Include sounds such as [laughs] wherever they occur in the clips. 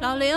老刘，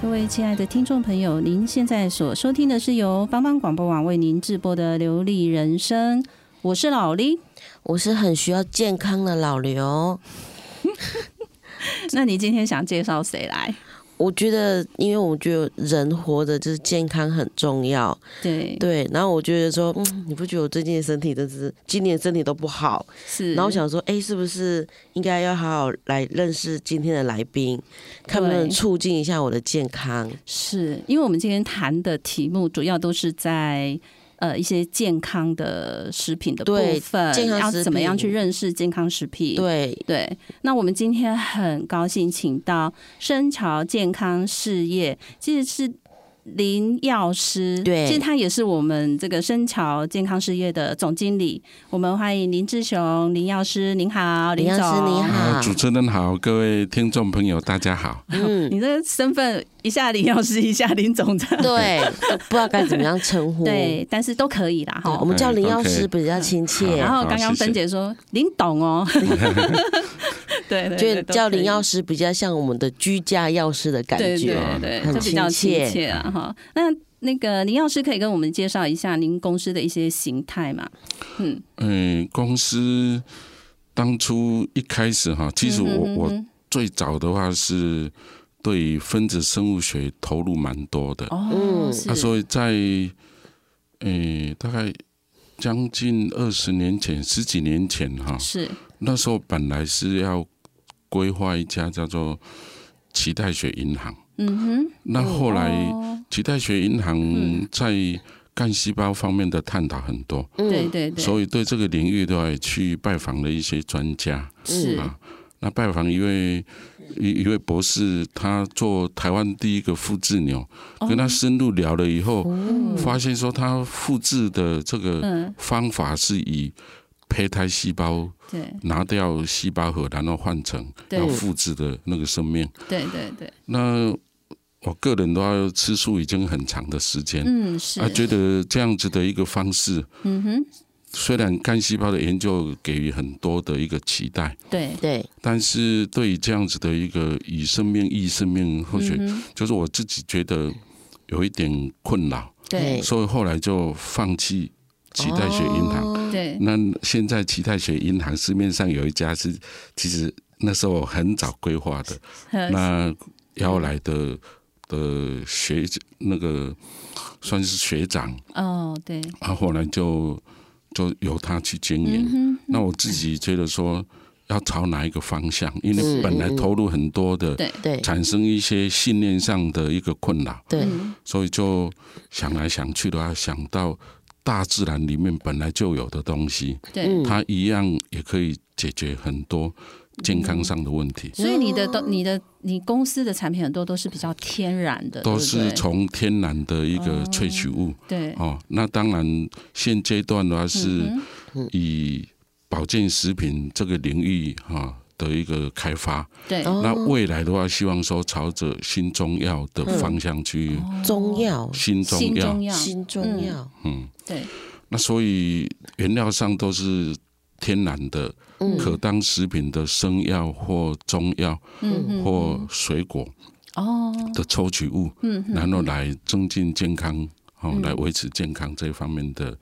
各位亲爱的听众朋友，您现在所收听的是由帮帮广播网为您直播的《流利人生》，我是老李。我是很需要健康的老刘。那你今天想介绍谁来？我觉得，因为我觉得人活着就是健康很重要，对，对。然后我觉得说，嗯，你不觉得我最近的身体真是，今年身体都不好。是。然后我想说，哎，是不是应该要好好来认识今天的来宾，看能不能对促进一下我的健康？是因为我们今天谈的题目主要都是在呃一些健康的食品的部对分，健康要食怎么样品去认识健康食品？对，对，那我们今天很高兴请到生桥健康事业，其实是林药师，对其实他也是我们这个生桥健康事业的总经理。我们欢迎林志雄林药师，您好，林总，药师你好啊，主持人好，各位听众朋友，大家好。嗯，你这个身份一下林药师，一下林总这样， [laughs] 对，都不知道该怎么样称呼。对，但是都可以啦，对，我哈。们叫嗯林药师 OK 比较亲切然，后好刚刚谢谢芬姐说林董 [laughs] 哦，对对，觉对得都叫可以林药师比较像我们的居家药师的感对觉。对对，很就比较亲亲切切啊哈。那那个林药师可以跟我们介绍一下您公司的一些形态嘛？嗯，嗯，公司当初一开始哈，其实我嗯哼我哼最早的话是对分子生物学投入蛮多的，哦，嗯是那所以在嗯大概将近二十年前、十几年前哈，是那时候本来是要规划一家叫做脐带血银行，嗯哼，那后来。哦脐带血银行在干细胞方面的探讨很多，嗯对嗯，对对，所以对这个领域都也去拜访了一些专家。是啊那拜访一位一一位博士，他做台湾第一个复制牛，哦跟他深入聊了以后，嗯发现说他复制的这个方法是以胚胎细胞对拿掉细胞核，然后换成对要复制的那个生命。对对对，那我个人的话，吃素已经很长的时间，嗯是啊，，觉得这样子的一个方式，嗯哼，虽然干细胞的研究给予很多的一个期待，对，对，但是对于这样子的一个以生命益生命，或许嗯哼就是我自己觉得有一点困扰，对所以后来就放弃脐带血银行。哦对那现在脐带血银行市面上有一家是，其实那时候我很早规划的，呵那邀来的的学那个算是学长。哦对，啊，后来就就由他去经营。嗯哼，那我自己觉得说，要朝哪一个方向？因是为本来投入很多的，嗯对对产生一些信念上的一个困扰，对，嗯所以就想来想去的话，啊想到大自然里面本来就有的东西，对。嗯，它一样也可以解决很多健康上的问题。所以你哦的都你的你公司的产品很多都是比较天然的，都对不是对从天然的一个萃取物对哦，那当然现阶段的话是、嗯哼以保健食品这个领域哈、的一个开发，对哦那未来的话，希望说朝着新中药的方向去，中药，新中哦新药中，药新中药，嗯，对那所以原料上都是天然的，嗯可当食品的生药或中药嗯哼或水果哦的抽取物，嗯哼然后来增进健康，哦嗯，来维持健康这方面的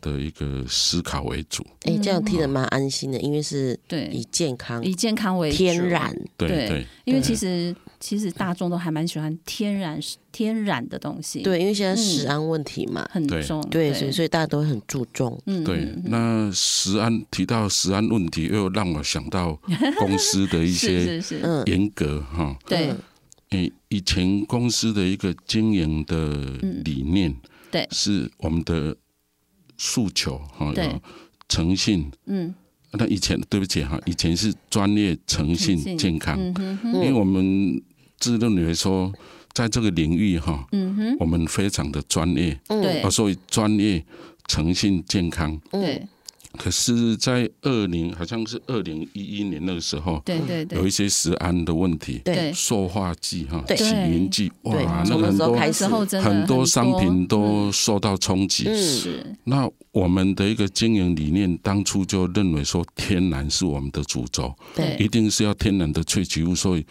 的一个思考为主。嗯哎，这样听得蛮安心的，因为是以对，健康、以健康为主天然，对对对，因为对其实其实大众都还蛮喜欢天然天然的东西，，对，因为现在食嗯安问题嘛，很对重，对，所以所以大家都会很注重。嗯，对嗯，那食安提到食安问题，又让我想到公司的一些 [laughs] 是是是，嗯，严格哈。对诶，以前公司的一个经营的理念，嗯对是我们的诉求哈，对有诚信。嗯那以前对不起哈，以前是专业、诚信诚信、健康，嗯哼哼因为我们自认为说，在这个领域哈，嗯哼，我们非常的专业，嗯对啊，所以专业、诚信、健康。对可是，在二零好像是二零一一年那个时候，对对有一对些食安的问题，对嗯塑化剂哈、对洗云剂，哇对，啊那从个那很时候多开那始时候真的很多商品嗯都受到冲击。嗯，是那我们的一个经营理念，当初就认为说天然是我们的主轴，对一定是要天然的萃取物，所以。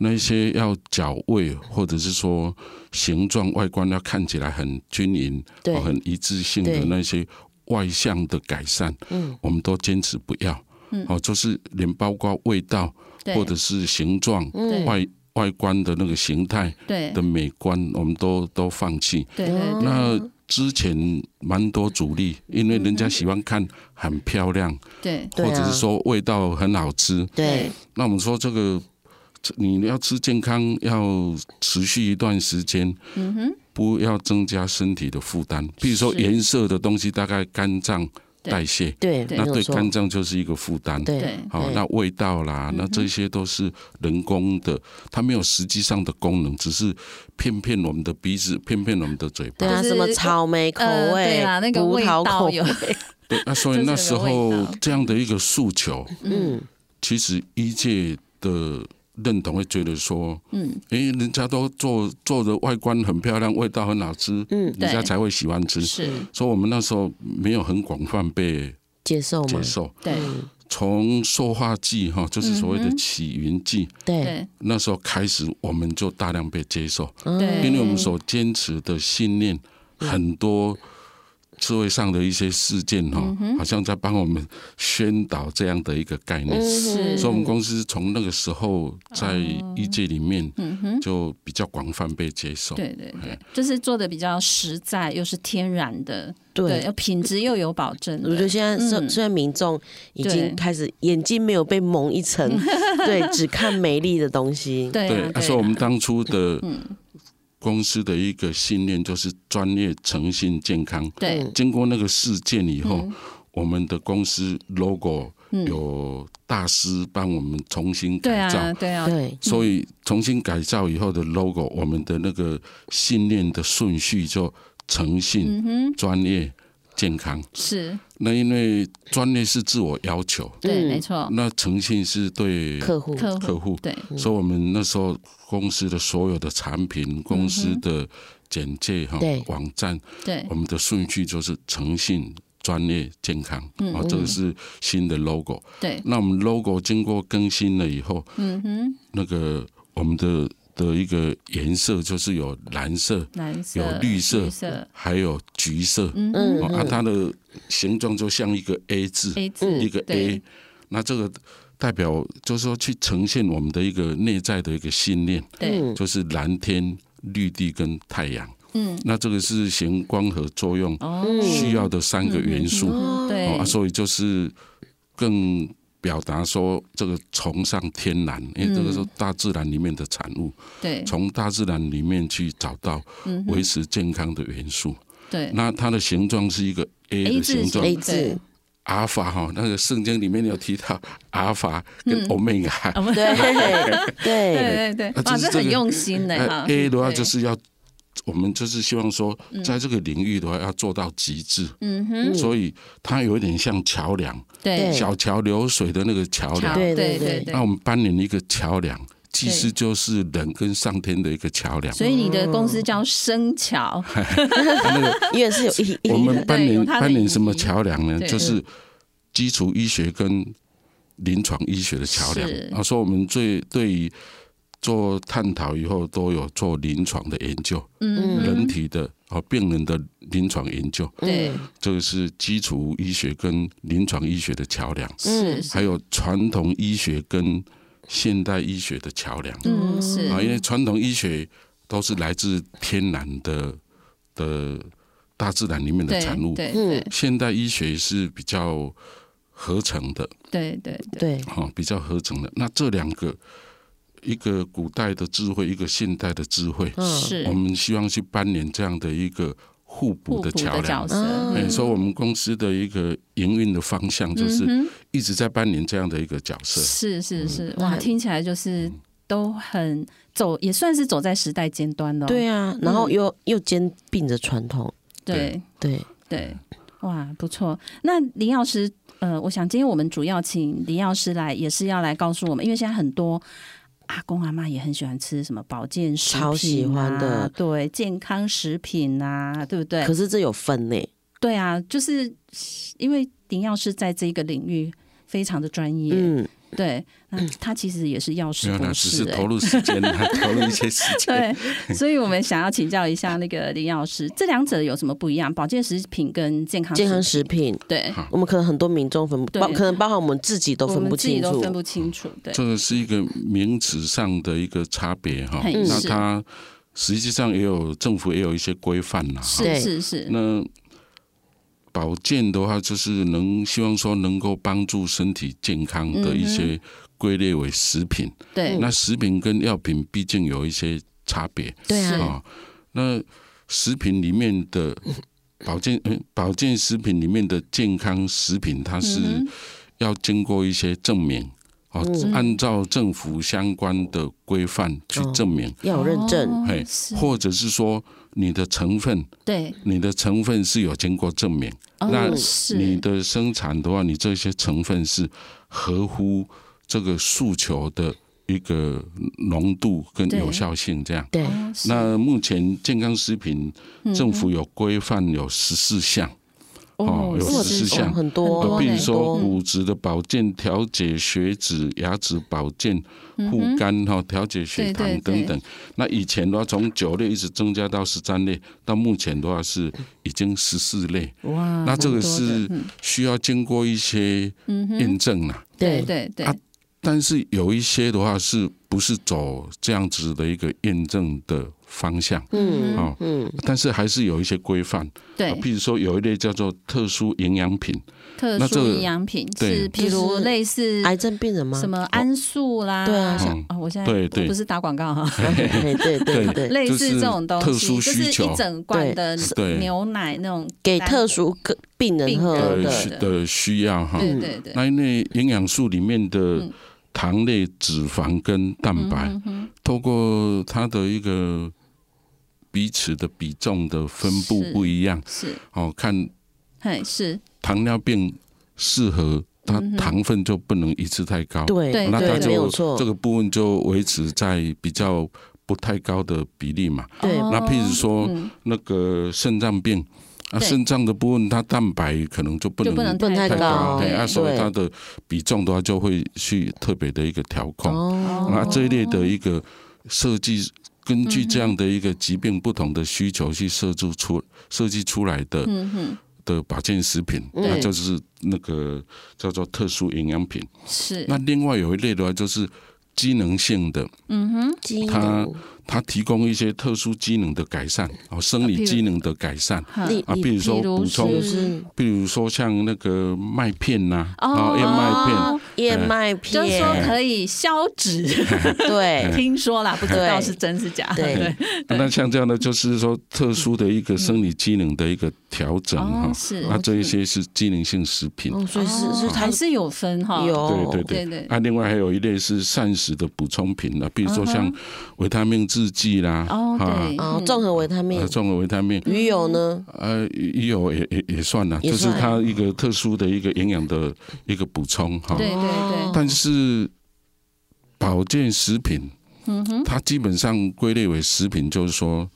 那些要脚位，或者是说形状外观要看起来很均匀、对哦很一致性对的那些外向的改善，嗯，我们都坚持不要。嗯哦，就是连包括味道对，或者是形状、嗯对外外观的那个形态对的美嗯观，我们都都放弃。对对那之前蛮多阻力，因为人家喜欢看很漂亮，对对啊或者是说味道很好吃。对，那我们说这个，这你要吃健康，要持续一段时间，嗯哼，不要增加身体的负担。比如说是颜色的东西，大概肝脏对代谢，对，对那没有对错肝脏就是一个负担。对对嗯好，对那味道啦，那这些都是人工的，它没有实际上的功能，只是骗骗我们的鼻子，骗骗我们的嘴巴。对啊，就是什么草莓口呃味对啦，那个葡味萄口道味有，对，那所以就是那有时个味候道这样的一个诉求，嗯，其实医界的认同会觉得说，嗯诶，人家都做做的外观很漂亮，味道很好吃，嗯人家对才会喜欢吃。是所以我们那时候没有很广泛被接受吗嗯接？受，对嗯从塑化剂哈，就是所谓的起云剂，对对那时候开始，我们就大量被接受，嗯对，因为我们所坚持的信念，很多社会上的一些事件哈，嗯好像在帮我们宣导这样的一个概念。嗯是哦所以，我们公司从那个时候在医界里面嗯哼，就比较广泛被接受。对对对，就是做的比较实在，又是天然的，对，对。要品质又有保证的，我觉得现在虽嗯虽然民众已对经开始眼睛没有被蒙 [laughs] 一层，对，只看美丽的东西，对对啊，啊对所以我们啊当初的公司的一个信念就是专业、诚信、健康。对经过那个事件以后，嗯我们的公司 logo 有大师帮我们重新对改造，啊对啊，对所以重新改造以后的 logo，我们的那个信念的顺序就诚信、嗯哼，专业、健康。是那因为专业是自我要求，对，嗯没错，那诚信是对客户，哦客户客户，对所以我们那时候公司的所有的产嗯品、公司的简介哈、对网站对我们的顺序就是诚信、专业、健康，嗯哦，这个是新的 logo。对，那我们 logo 经过更新了以后，嗯哼，那个我们的的一个颜色就是有蓝色，蓝色有绿色嗯绿色，还有橘色，嗯哦，啊，它的形状就像一个 A 字， ，A 字一个对 A，那这个。代表就是说，去呈现我们的一个内在的一个信念，对，嗯就是蓝天、绿地跟太阳。嗯，那这个是行光合作用哦，嗯需要的三个元素。对哦，啊，所以就是更表达说这个崇尚天然，因嗯为这个是大自然里面的产物，对从大自然里面去找到嗯哼维持健康的元素。对那它的形状是一个 A 的形状 A 对字，阿法哈，那个圣经里面有提到嗯阿法跟欧米伽。啊不对 [laughs] 对对对对，啊哇，就是这这个很用心的哈那 A 的话对就是要，我们就是希望说，在这个领域的话要做到极致，嗯哼，所以它有一点像桥梁，对对小桥流水的那个桥桥梁。对对对对对那我对，们扮演一个桥梁，其实就是人跟上天的一个桥梁。所以你的公司叫生桥，因为是有意我义们的，扮对有演它的扮意义演什么桥梁呢？对就是基础医学跟临床医学的桥梁是。啊，所以我们最对于做探讨以后都有做临床的研究，嗯人体的哦病人的临床研究，对，这个是基础医学跟临床医学的桥梁，嗯是，还有传统医学跟现代医学的桥梁嗯是，啊，因为传统医学都是来自天然的的大自然里面的对产物，对嗯现代医学是比较合成的，对对对，对，哈、比较合成的。那这两个，一个古代的智慧，一个现代的智慧，嗯嗯是我们希望去扮演这样的一个互补互的补桥的角梁。嗯色，哎，所以我们公司的一个营运的方向就是嗯嗯哼一直在扮演这样的一个角色。是是是，那哇，还听起来就是都很走，也算是走在时代尖端了。对啊，嗯然后又又兼并着传统，对对，对，哇，不错。那林药师，呃，我想今天我们主要请林药师来，也是要来告诉我们，因为现在很多。阿公阿妈也很喜欢吃什么保健食品、啊，超喜欢的对健康食品啊，对不对可？是这有分呢，对啊，就是因为林药师在这个领域非常的专业，嗯，对，那他其实也是药没师有啦，博只士、是欸，投入 [laughs] 时间，还投入一些时间。对，所以我们想要请教一下那个林药师，这两者有什么不一样？保健食品跟健康健康食食品，品对，我们可能很多民众分不，对包可能包含我们自己都我分们不自己清都楚分，不清楚，对，这个是一个名词上的一个差别哈。嘿那是它实际上也有政府也有一些规范啦。哈是对是是，那保健的话，就是能希望说能够帮助身体健康的一些归类为食品。嗯对那食品跟药品毕竟有一些差别对啊、啊，那食品里面的保健， [coughs] 呃保健食品里面的健康食品，它是嗯哼要经过一些证明。哦，按照政府相关的规范去哦证明，要有认证，哦嘿是或者是说你的成分对，你的成分是有经过证明，哦那是你的生产的话，你这些成分是合乎这个诉求的一个浓度跟对有效性这样。对，哦是那目前健康食品嗯政府有规范有十四项，哦哦有哇十四是这项哦很多很哦，多比如嘞说很多骨质的保健、调节血脂、牙齿保健、护肝哈、调节血糖嗯对对对等等。那以前的话，从九类一直增加到十三类，到目前的话是已经十四类。哇，那这个蛮多的是嗯需要经过一些嗯哼，验证啦。对对对对啊但是有一些的话，是不是走这样子的一个验证的方向？嗯哦，嗯，但是还是有一些规范，啊对，譬如说有一类叫做特殊营养品，特那这殊个营养品对是，譬如就是类似癌症病人吗？ [laughs] 哦什么氨素啦，对啊像啊，我现在嗯对我对不是打广告哈，对哎对对对，类似这种东西，就是特殊需求就是一整罐的对牛奶那种给特殊个病人喝好病呃人需的，的需要哈。对对对，嗯那因为营养素里面的嗯糖类、脂肪跟蛋白，嗯哼透过它的一个彼此的比重的分布是不一样，是，哦，看嘿是，糖尿病适合它嗯哼糖分就不能一次太高，对对那它对就没有错这，个部分就维持在比较不太高的比例嘛。对哦那譬如说嗯那个肾脏病啊，对肾脏的部分它蛋白可能就不就能不能不能太太高，高嘿对啊，所以对它的比重的话就会去特别的一个调控。哦，那这一类的一个设计，根嗯据这样的一个疾病不同的需求去设置出设计出来的嗯哼，的保健食品，对那就是那个叫做特殊营养品。是，那另外有一类的话就是机能性的，嗯哼，基因它它提供一些特殊机能的改善，哦，生啊譬如理机能的改善。好你啊，你比如说比如补从充，是比如说像那个麦片呐、哦啊，燕麦片，燕麦就是说片，可以消脂，哎 [laughs] 对听说啦，不知道对是真是假，对对，嗯那像这样的就是说特殊的一个生理机能的一个调整哈哦，是，那这一些是机能性食品，哦，所以是哦所以它还是有分哈，有对对对对，那另外还有一类是膳食的补充品啊，比如说嗯像维他命制剂啦，哦嗯对啊，哦，综合维他命呃，，综合维他命，鱼油呢？呃，也有也也也算啦，也就是算它一个特殊的一个营养的一个补充哈。对对对，但是保健食品，嗯哼，它基本上归类为食品，就是说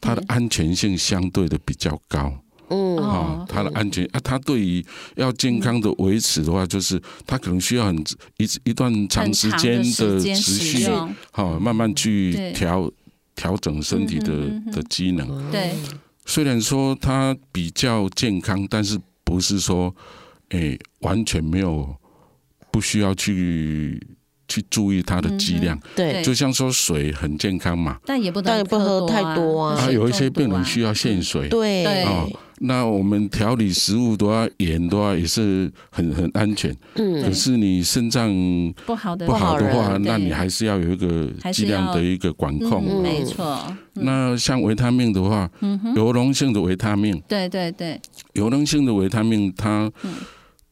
它嗯的安全性相对的比较高嗯，啊、哦，它的安全啊，它对于要健康的维持的话，就是它可能需要很一一段长嗯很时长间的的时间持续使，用，嗯好、慢慢去对调调整身体的嗯哼嗯哼的机能。嗯对，虽然说它比较健康，但是不是说，诶、完全没有不需要去去注意它的剂量。嗯对对，就像说水很健康嘛，但也不能啊但也不喝太多啊啊，有一些病人需要要限水。对对哦，那我们调理食物都要盐，都要也是很很安全。可嗯，是你肾脏不好的不好的不好话，人那对你还是要有一个还是剂量要的一个管控。嗯，哦没错，嗯那像维他命的话，油溶性的维他命，对对对，油溶性的维他命它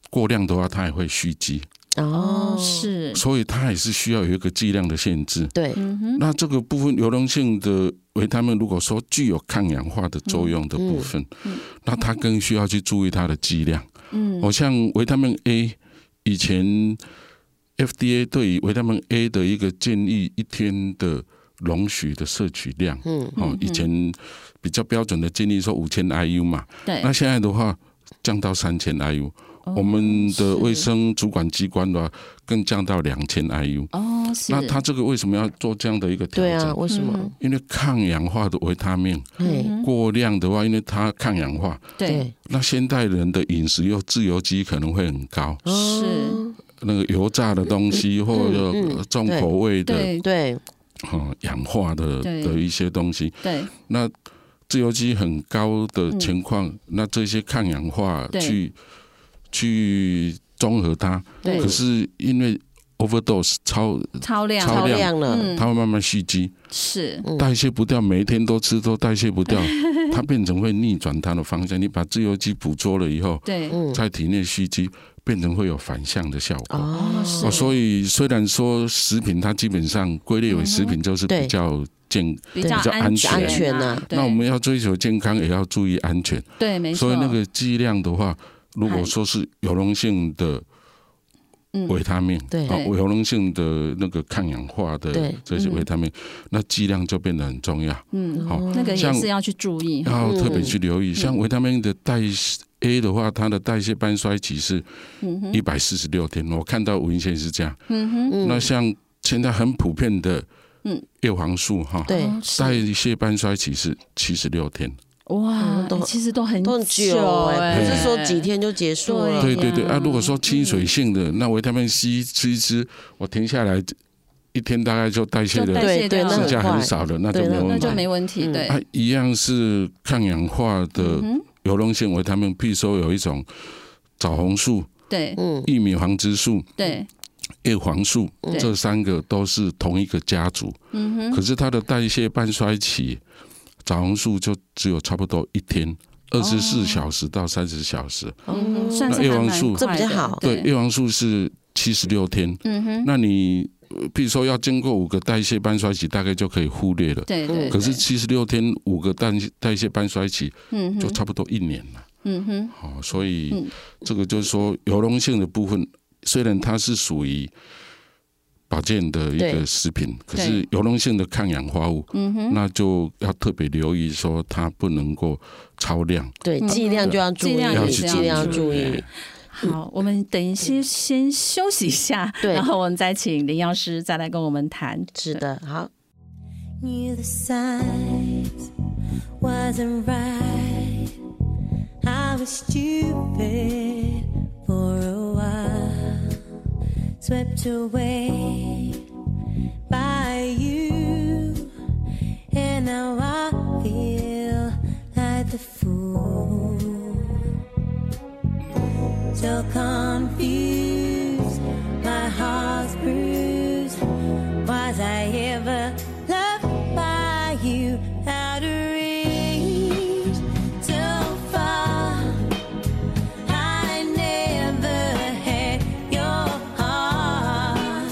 过量的话，它也会蓄积，哦哦，是，嗯所以它也是需要有一个剂量的限制。对，那这个部分油溶性的维他命，如果说具有抗氧化的作用的嗯部分，那它更需要去注意它的剂量。嗯好、像维他命 A，以前 FDA 对于维他命 A 的一个建议，一天的容许的摄取量，嗯，哦，以前比较标准的建议说五千 IU 嘛，对那，现在的话降到三千 IU，、哦我们的卫是生主管机关的话更降到两千 IU。哦，是那它这个为什么要做这样的一个调对整？啊，为什么？因为抗氧化的维他命嘿，过量的话，因为它抗氧化，嗯对对，那现代人的饮食又自由基可能会很高，哦是，那个油炸的东西或者呃嗯重口味的、对对，哈氧化的对的一些东西，对那自由基很高的情况，那这些抗氧化嗯对去去综合它，对可，是因为 overdose 超，超量超超量量了，嗯它会慢慢蓄积，是，代谢不掉，每一天都吃都代谢不 [laughs] 掉，它变成会逆转它的方向。你把自由基捕捉了以后，对，嗯，在体内蓄积，变成会有反向的效果。哦，是哦，所以虽然说食品它基本上归类为食品，就是对比较健，比对较比较安全全啊，安全啊嗯对那我们要追求健康，也要注意安全。对，没错，所以那个剂量的话，如果说是有溶性的嗯维他命，对啊，有溶性的那个抗氧化的对这些维他命，那剂量就变得很重要，嗯，好那个也像是要去注意，要特别去嗯留意。像维他命的代谢 A 的话，它的代谢半衰期是嗯哼，一百四十六天，我看到文献是这样。嗯哼，嗯那像现在很普遍的，嗯，叶黄素哈，对哦是代谢半衰期是七十六天。哇，都其实都很都很久哎，哎，不是说几天就结束了，对对对哦呀啊，如果说清水性的，那维他命 C 吃一吃，我停下来一天大概就代谢就代的谢对对，掉那了剩很下快很，少了，那就对没那有那问题就。没问题，嗯对，啊，一样是抗氧化的嗯哼油溶性维他命，譬如说有一种枣红素、对嗯，玉米黄质素、对，叶黄素对这三个都是同一个家族，嗯哼，可是它的代谢半衰期，枣红素就只有差不多一天，二十哦四小时到三十小时。嗯哦哼，算那是叶还黄蛮素快的这比较好对，，叶黄素是七十六天。嗯哼，那你呃比如说要经过五个代谢半衰期，大概就可以忽略了。对对，可是对七十六天五个代代谢半衰期嗯就哼，差不多一年了。嗯哼，哦，所以嗯这个就是说油溶性的部分，虽然它是属于保健的一对个食品，可是油溶性的抗氧化物，嗯那就要特别留意说它不能够超量，对，剂量就要注剂意，量也是去这剂样量要子注意哎，好，我们等一些先休息一下，嗯 [laughs] 对然后我们再请林药师再来跟我们谈。是的，好， knew the signs wasn't right. I was stupid for a while, swept away by you, and now I feel like the fool. So confused, my heart's bruised. Was I ever loved by you? Out of reach, so far. I never had your heart.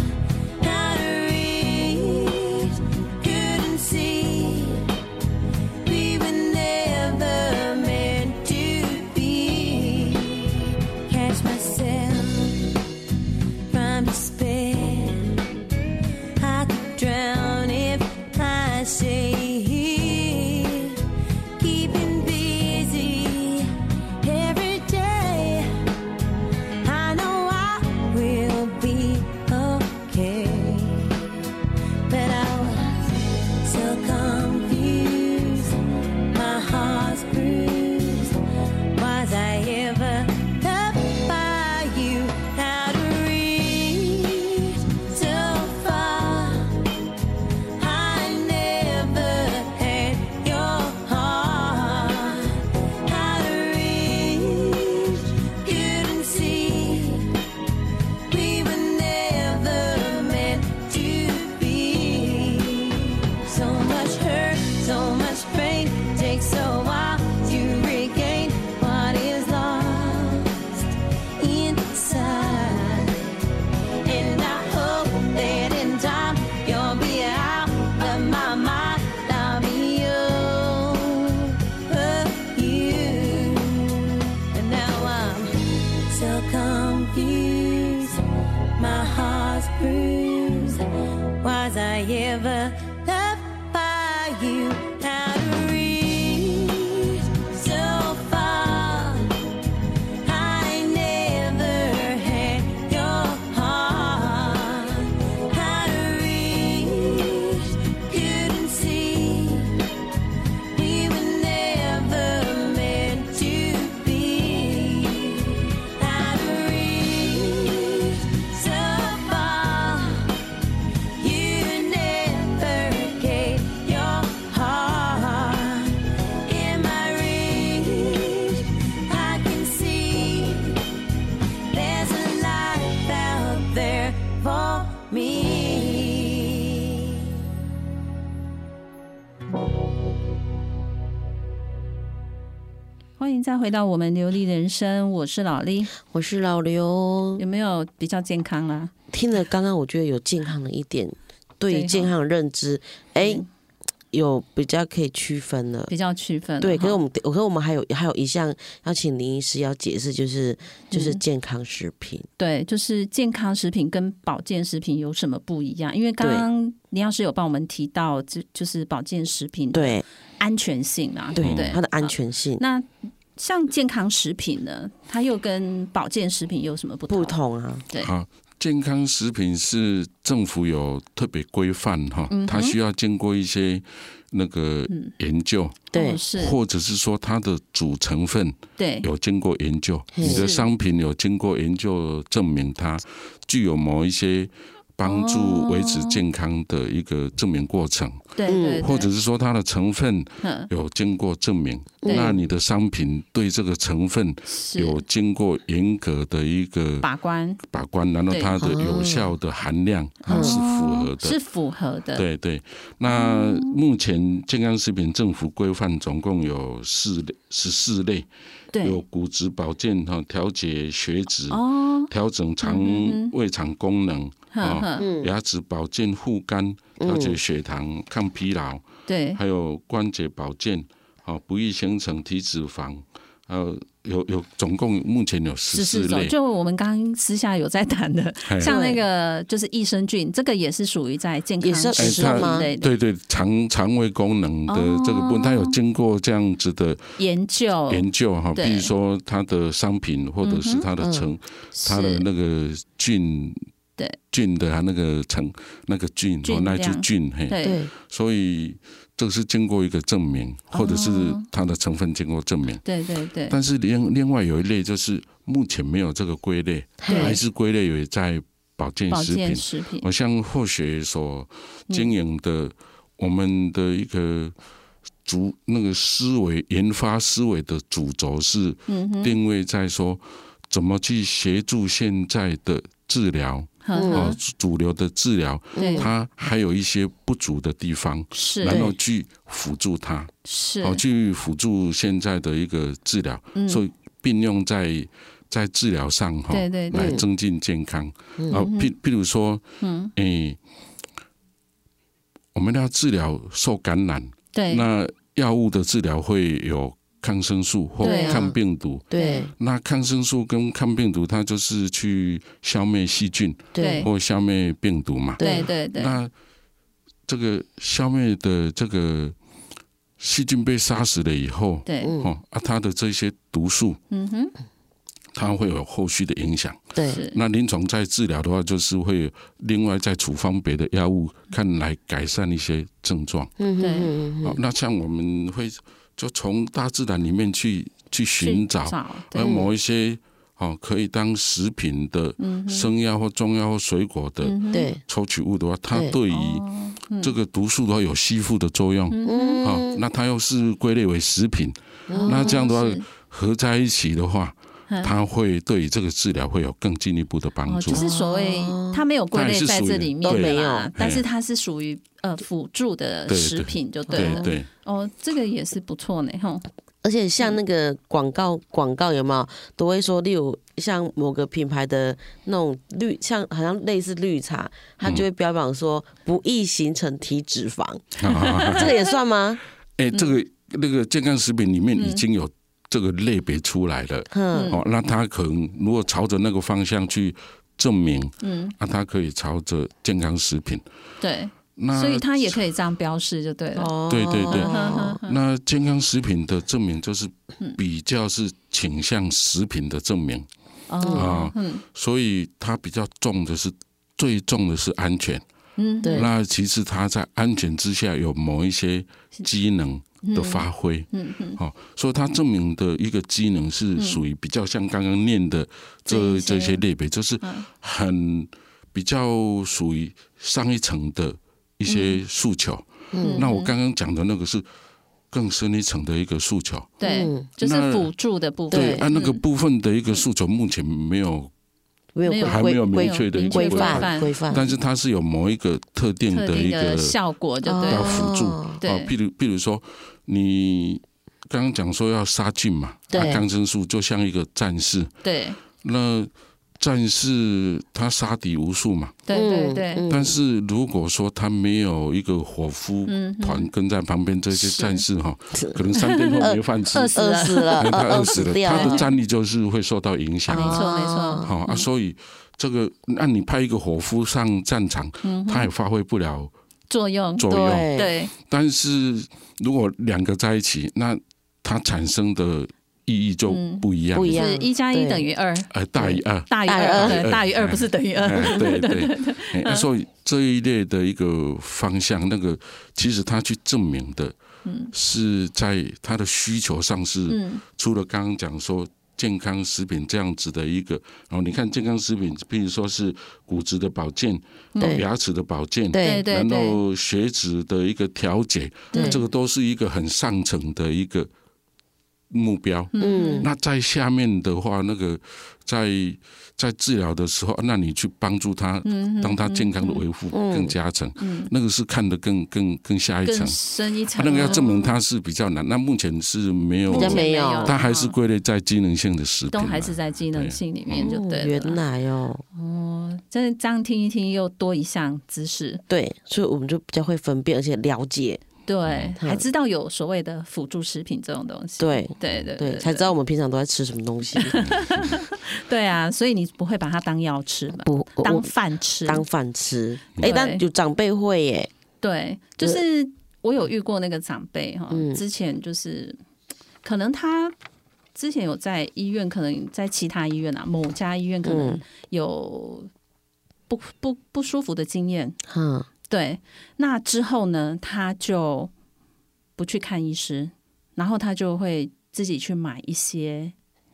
Out of reach, couldn't see. We were never meant to be. Catch myself confused. My heart's bruised. Was I ever loved by you? Out of reach, so far. I never had your heart. Out of reach, couldn't see. We were never meant to be. Out of reach, so far. You never gave your heart. In my reach, I can see there's a life out there for me. 欢迎再回到我们流利人生，我是老李。我是老刘，有没有比较健康啊啦、听了刚刚我觉得有健康了一点，对于对健康的认知，哎嗯，有比较可以区分了。比较区分？啊对，可是我哈们，可是我们还有还有一项要请林医师要解释，就是就是嗯健康食品，对，就是健康食品跟保健食品有什么不一样？因为刚对刚林药师有帮我们提到，就就是保健食品的对安全性啊，对不对，它的安啊全性那像健康食品呢，它又跟保健食品有什么不同？不同啊，对好，健康食品是政府有特别规范哈，嗯它需要经过一些那个研究，对哦是，或者是说它的主成分对，有经过研究，嘿你是的商品有经过研究证明它具有某一些帮哦助维持健康的一个证明过程，对嗯对，对或者是说它的成分嗯有经过证明，对那你的商品对这个成分是有经过严格的一个把关把关，然后它的有效的含量它嗯是符合哦是的。符合的，对对，那目前健康食品政府规范总共有四类，十四类，有对骨质保健哈，调节血脂，哦，嗯调整肠胃肠功能呵啊，呵，牙齿保健护肝，嗯嗯调节血糖，抗疲劳，对，还有关节保健，啊，不易形成体脂肪，呃，有有总共目前有十十四四类种，，就我们刚刚私下有在谈的，嘿像那个就是益生菌，这个也是属于在健康也是哎食它品类的哦对对，肠肠胃功能的这个部分，它有经过这样子的研究，研究哈，对嗯比如说它的商品或者是它的成，它的是那个菌，对菌的它那个成那个菌菌哦，那一株量菌嘿，对对所以这是经过一个证明，或者是它的成分经过证明。对对哦对，但是另另外有一类就是目前没有这个归类，对还是归类为在保健保食健品。哦食品我像或许所经营的，我们的一个主那个思维研发思维的主轴是嗯定位在说怎么去协助现在的治疗呵哦呵，，主流的治疗，对它还有一些不足的地方，是然后去辅助它，是嗯哦，去辅助现在的一个治疗，所以并用在在治疗上哈，对对对来增进健康。嗯啊，譬譬如说，嗯，诶，我们要治疗受感染，对那药物的治疗会有抗生素或对啊抗病毒。对那抗生素跟抗病毒，它就是去消灭细菌对或消灭病毒嘛。对对对，那这个消灭的这个细菌被杀死了以后，对哦啊，它的这些毒素，嗯哼，它会有后续的影响。对是那临床在治疗的话，就是会另外再处方别的药物，看来改善一些症状。嗯对，嗯好、那像我们会就从大自然里面去去寻去找，对而某一些哦可以当食品的嗯生药或中药或水果的对，抽取物的话，它对对哦于嗯这个毒素的话有吸附的作用。好、嗯，那它又是归类为食品，那这样的哦是话合在一起的话，它会对于这个治疗会有更进一步的帮嗯哦，助。就是所谓它没有归类在这里面它也的啦是属于哦都没有，但是啊它是属于呃辅助的对对食品就对对了。对， [laughs] 哦，这个也是不错呢，吼。而且像那个广告，广告有没有都会说，例如像某个品牌的那种绿，像好像类似绿茶，它就会嗯标榜说不易形成体 [laughs] 脂肪，啊这个也算吗？嗯哎，这个那个健康食品里面已经有。这个类别出来了。嗯，哦，那他可能如果朝着那个方向去证明，嗯，那他可以朝着健康食品。对，那所以它也可以这样标示就对了。哦对对对哦那健康食品的证明就是嗯比较是倾向食品的证明哦啊，嗯所以它比较重的是最重的是安全。嗯，对那其实它在安全之下有某一些机能的发挥，嗯嗯哦，所以它证明的一个机能是属于比较像刚刚念的这这一些嗯这些类别，就是很比较属于上一层的一些诉求。嗯那我刚刚讲的那个是更深一层的一个诉求，对，嗯就是那辅助的部分。对，啊对按、那嗯个部分的一个诉求，目前没有，没没有有还规没有规明确的一个规明确规范，范规范，但是它是有某一个特定特的定一个的效果就对要了。辅助哦对哦，譬如譬如说，你刚刚讲说要杀菌嘛，对那抗生素就像一个战士，对那战士他杀敌无数嘛，嗯对对对，但是如果说他没有一个伙夫嗯嗯团跟在旁边，这些是战士哈，是可能三天后饿没饭吃，饿死饿死 [laughs] 了，哎他饿饿死死了，掉他的了，战力就是会受到影响没。错没哦错，好啊，所以这个，那你派一个伙夫上战场，他也发挥不了嗯作用作用。对，对但是如果两个在一起，那它产生的意义就不一样，不一样是一加一对等于二，呃，大于二。大于二，二对，二大于二哎不是等于二。 [laughs] 哎，对对，哎啊所以这一类的一个方向，那个其实他去证明的，是在他的需求上是，嗯，除了刚刚讲说健康食品这样子的一个，然后你看健康食品，比如说是骨质的保健，哦对牙齿的保健，对对对然对，后血脂的一个调节，那这个都是一个很上层的一个目标。嗯那在下面的话，那个在在治疗的时候，啊那你去帮助他，嗯让他健康的维护更加层，那个是看得更更更下一层更。嗯深一层啊了，那个要证明它是比较难，那目前是没有目，前没有它还是归类在机能性的食嗯品都啊，还是在机能性里面就嗯对了啦。原来哦，哦，真的这样听一听又多一项知识，对，所以我们就比较会分辨，而且了解，对，嗯还知道有所谓的辅助食品这种东西，对对对对，才知道我们平常都在吃什么 [laughs] 东西，对啊，所以你不会把它当药吃嘛，不我当我饭吃，当饭吃。对哎，但有长辈会耶，对，就是我有遇过那个长辈哈，嗯之前就是可能他之前有在医院，可能在其他医院啊，某家医院可能嗯有不不不舒服的经验，嗯，对，那之后呢，他就不去看医师，然后他就会自己去买一些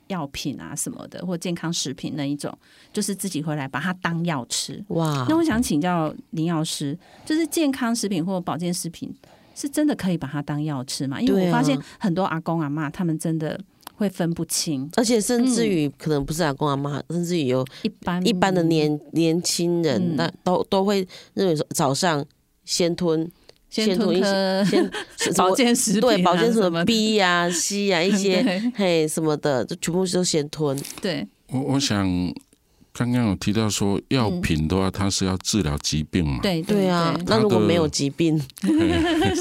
药品啊什么的，或健康食品那一种，就是自己回来把它当药吃。哇那，我想请教林药师，就是健康食品或保健食品，是真的可以把它当药吃吗？因为对我啊发现很多阿公阿妈他们真的会分不清，而且甚至于嗯可能不是阿公阿妈，甚至于有一般一般的年年轻嗯人，那都都会认为说早上先吞 [laughs] 先先吞吞一颗先 [laughs] 什么保健食品、啊，对保健什什么么的 B 呀、C 呀、一 [laughs] 些对嘿什么的，就全部都先吞。对我我想刚刚有提到说药品的话，它是要治疗疾病嘛，嗯对对啊，那如果没有疾 [laughs] 病，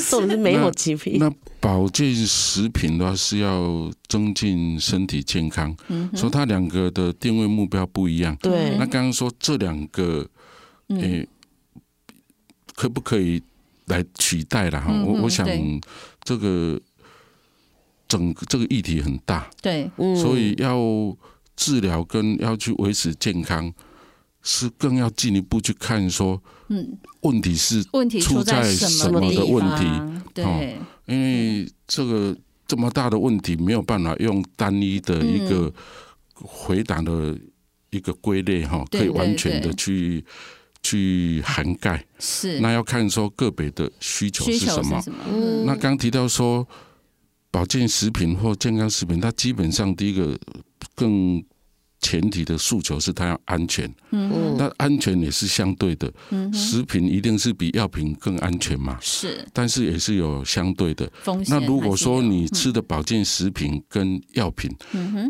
重点是没有疾病。那保健食品的话是要增进身体健康，嗯所以它两个的定位目标不一样。对那，刚刚说这两个，嗯诶、可不可以来取代啦？哈、嗯我嗯我想对这个整个这个议题很大，对嗯所以要治疗跟要去维持健康，是更要进一步去看说嗯，问题是问题出在出在什么么地的问题哦方？对，因为这个这么大的问题，没有办法用单一的一嗯个回答的一个归类哈，对可以完对全的对去去涵盖。是那要看说个别的需求需是求什么。什么？嗯那刚提到说，保健食品或健康食品，它基本上第一个更前提的诉求是它要安全。嗯，那安全也是相对的，食品一定是比药品更安全嘛，是但是也是有相对的。风险那还是有。如果说你嗯吃的保健食品跟药品，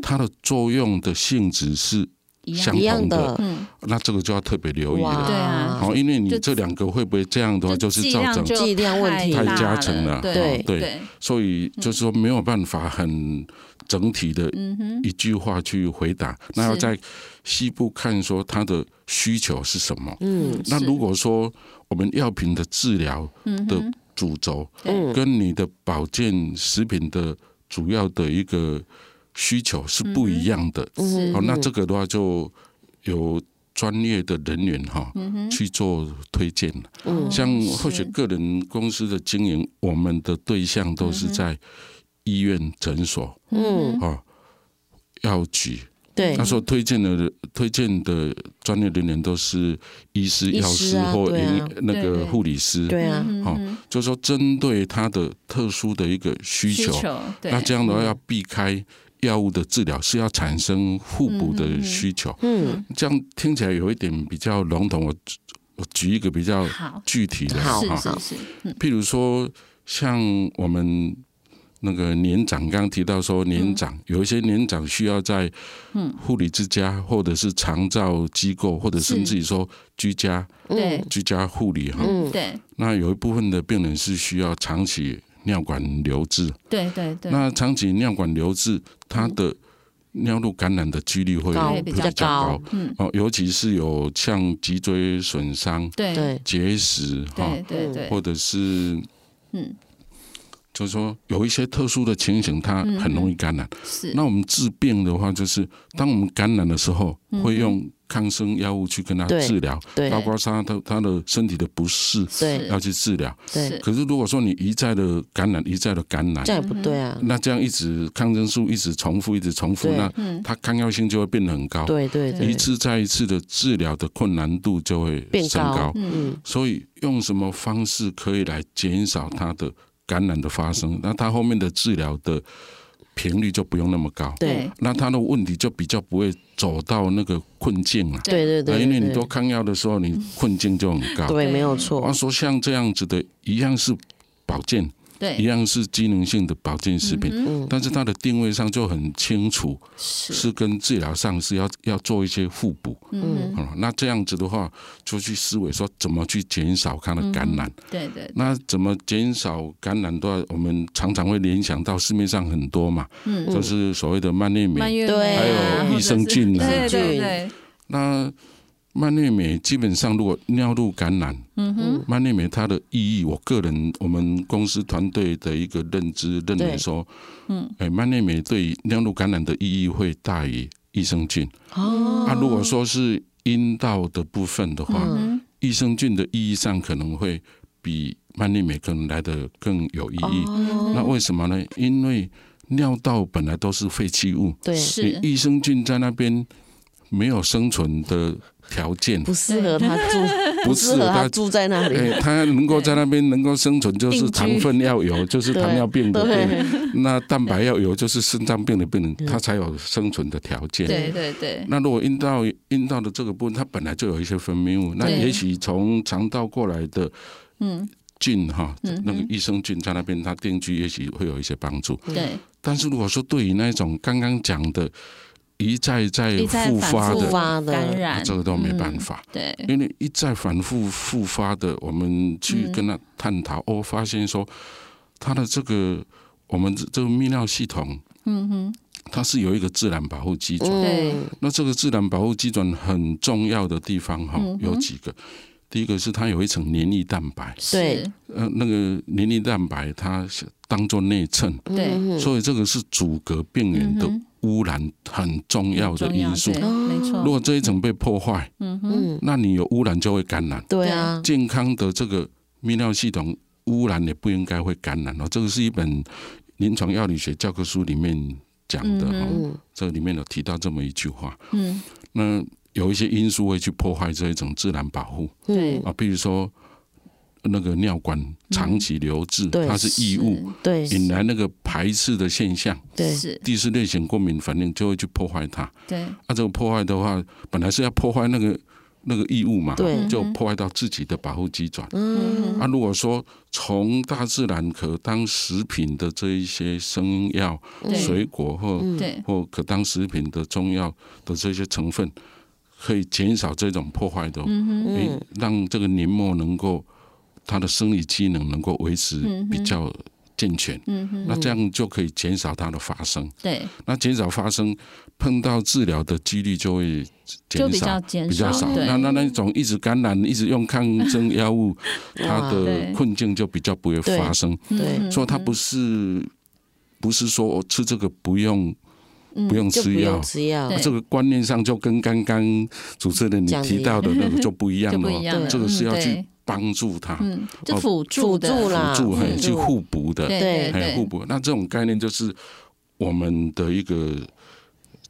它的作用的性质是一样相一同样的的，嗯那这个就要特别留意哇了。对啊好，因为你就这两个会不会这样的话，啊就是剂造量成就剂量问题太大太加成了对哦对所以就是说没有办法很整体的嗯哼，一句话去回答。那要嗯是在西部看说它的需求是什么。嗯那是如果说我们药品的治疗嗯哼的主轴对嗯跟你的保健食品的主要的一个需求是不嗯一样的，嗯是好，那这个的话就有专业的人员哈、嗯哼去做推荐了。嗯像哦或许是个人公司的经营，我们的对象都是在医院、诊所嗯，啊、药局。对嗯那，所推荐的推荐的专业人员都是医师、医药师师啊或对营、啊那对个对护理师。对啊，嗯好、就说针对他的特殊的一个需需求，求对那这样的话要避开药物的治疗，是要产生互补的需求。嗯，这样听起来有一点比较笼统，我举我举一个比较好具体的好是哈，是是，嗯譬如说像我们那个年长，刚刚提到说年长、有一些年长需要在嗯护理之家或者是长照机构，或者甚至于说居家对居家护理哈。嗯，对那有一部分的病人是需要长期尿管留置，对对对，那长期尿管留置，它的尿路感染的几率会高会比较较高高嗯哦，尤其是有像脊椎损伤、对对对，结石哈，对对，或者是嗯就是说有一些特殊的情形，它嗯很容易感染。是那我们治病的话，就是当我们感染的时候，会用抗生药物去跟它嗯对治疗，对包括它的它的身体的不适对要去治疗。对，可是如果说你一再的感染，一再的感染这，样也不对啊，那这样一直抗生素一直重复，一直重复，对那它抗药性就会变得很高，对对一对，次再一次的治疗的困难度就会变升高高，嗯，所以用什么方式可以来减少它的感染的发生？那它后面的治疗的频率就不用那么高，对那它的问题就比较不会走到那个困境了，对对啊对，因为你对都啊抗药的时候，你困境就很高。对，没有我错要，说像这样子的，一样是保健，一对样是机能性的保健食品，嗯，但是它的定位上就很清楚，是跟治疗上是要要做一些互补。嗯嗯，那这样子的话，就去思维说怎么去减少它的感染。对对那怎么减少感染的话，我们常常会联想到市面上很多嘛，嗯就是所谓的蔓越莓。月对啊还有益生菌啊对对对那蔓越莓基本上如果尿路感染，嗯哼蔓越莓它的意义，我个人我们公司团队的一个认知认为说，嗯，哎，蔓越莓对于尿路感染的意义会大于益生菌。啊哦，那、如果说是阴道的部分的话，嗯益生菌的意义上可能会比蔓越莓可能来的更有意义。哦，那为什么呢？因为尿道本来都是废弃物，对，你是益生菌在那边没有生存的条件，不适合他 [laughs] 住，不适适合合他他住在那里，哎，它能够在那边能够生存，就定是居糖分要有，就是糖尿病的病人；对，那蛋白要有，就是肾脏病的病人，它才有生存的条件。对对对那如果阴道阴道的这个部分，它本来就有一些分泌物，那对也许从肠道过来的嗯菌哈，嗯那个益生菌在那边它定居，也许会有一些帮助。对但是如果说对于那一种刚刚讲的一再再一再复反发复的，发的感那染嗯这个都没办法。对因为一再反复复发的，我们去嗯跟他探讨，哦，发现说他的这个我们这这个泌尿系统，嗯哼它是有一个自然保护机转。嗯，那这个自然保护基转很重要的地方哈、嗯哼有几个。第一个是它有一层黏液蛋白，是呃，那个黏液蛋白它是当做内衬，对嗯所以这个是阻隔病嗯原的哼污染很重要的重因素。对没错如果这一层被破坏，嗯哼嗯，那你有污染就会感染。对啊，健康的这个泌尿系统污染也不应该会感染哦。这个是一本临床药理学教科书里面讲的哦，嗯嗯，这里面有提到这么一句话。嗯那有一些因素会去破坏这一种自然保护对啊，比如说那个尿管长期留置，对它是异物，对引来那个排斥的现象，对，是第四类型过敏反应就会去破坏它。对啊，这个破坏的话，本来是要破坏那个那个异物嘛，嗯对就破坏到自己的保护机转。嗯啊，如果说从大自然可当食品的这一些生药、嗯对嗯水果或对或可当食品的中药的这些成分，可以减少这种破坏的，嗯诶嗯，让这个黏膜能够它的生理机能能够维持嗯比较健全哼，，嗯哼，那这样就可以减少它的发生。对，那减少发生，碰到治疗的几率就会就减比少较。减比较少，对那那那种一直感染、一直用抗生 [laughs] 药物，它对嗯的困境就比较不会发生。对，所以它不是不是说我吃这个不用嗯不用就不吃药用，吃药对，这个观念上就跟刚刚主持人你讲的提到的那个就不 [laughs] 一样就不了一哦。样了，这个是要嗯去对帮助他嗯，就哦辅助辅的，助啦，辅助，嘿，辅去助互补的，对对嘿，哎互对，补。那这种概念就是我们的一个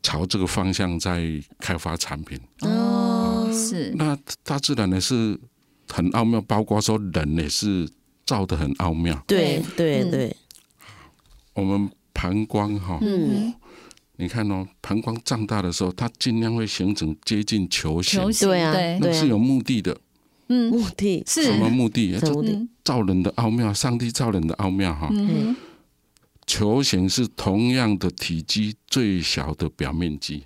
朝这个方向在开发产品。哦，是，那大自然呢是很奥妙，包括说人也是造的很奥妙。对对嗯对，我们膀胱哈、嗯，你看哦，膀胱胀大的时候，它尽量会形成接近球形，球形，对啊对，那是有目的的。嗯，目的是，什么目的？什么这目的？嗯造人的奥妙，上帝造人的奥妙哈、嗯球形是同样的体积最小的表面积，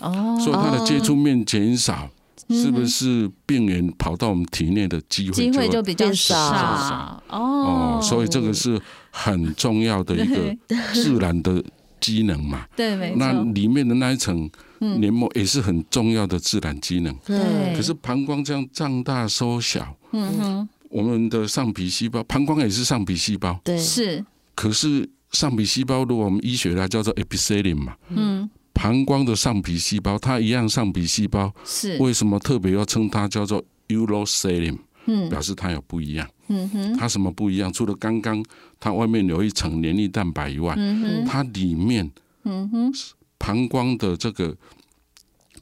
哼，哦，所以它的接触面减少，是不嗯是病原跑到我们体内的机会机就会会就比较变少少哦哦，，所以这个是很重要的一个自然的机能嘛。对， [laughs] 没那错，里面的那一层嗯黏膜也是很重要的自然机能。对，嗯可是膀胱这样胀大缩小，嗯哼，我们的上皮细胞，膀胱也是上皮细胞，对，是，可是上皮细胞如果我们医学来叫做 epithelium 嘛，嗯，膀胱的上皮细胞，它一样上皮细胞，是，为什么特别要称它叫做 urocelium？嗯表示它有不一样。嗯哼，它什么不一样？除了刚刚它外面有一层黏液蛋白以外，嗯哼，它里面嗯哼，膀胱的这个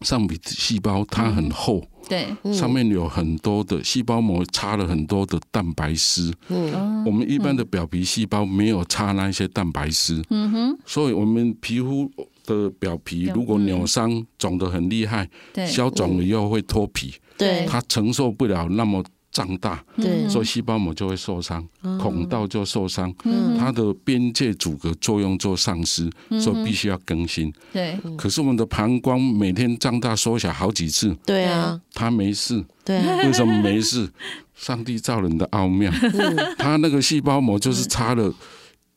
上皮细胞它很厚，对，嗯上面有很多的细胞膜插了很多的蛋白丝。嗯哦我们一般的表皮细胞没有插那些蛋白丝，嗯哼，所以我们皮肤的表皮有嗯如果扭伤、肿得很厉害，对，消肿了以后会脱皮，嗯对它承受不了那么胀大，对嗯所以细胞膜就会受伤，哦孔道就受伤，嗯它的边界阻隔作用做丧失，嗯所以必须要更新。对，可是我们的膀胱每天胀大缩小好几次，对啊，它没事，对啊，为什么没 [laughs] 事？上帝造人的奥妙，嗯它那个细胞膜就是插了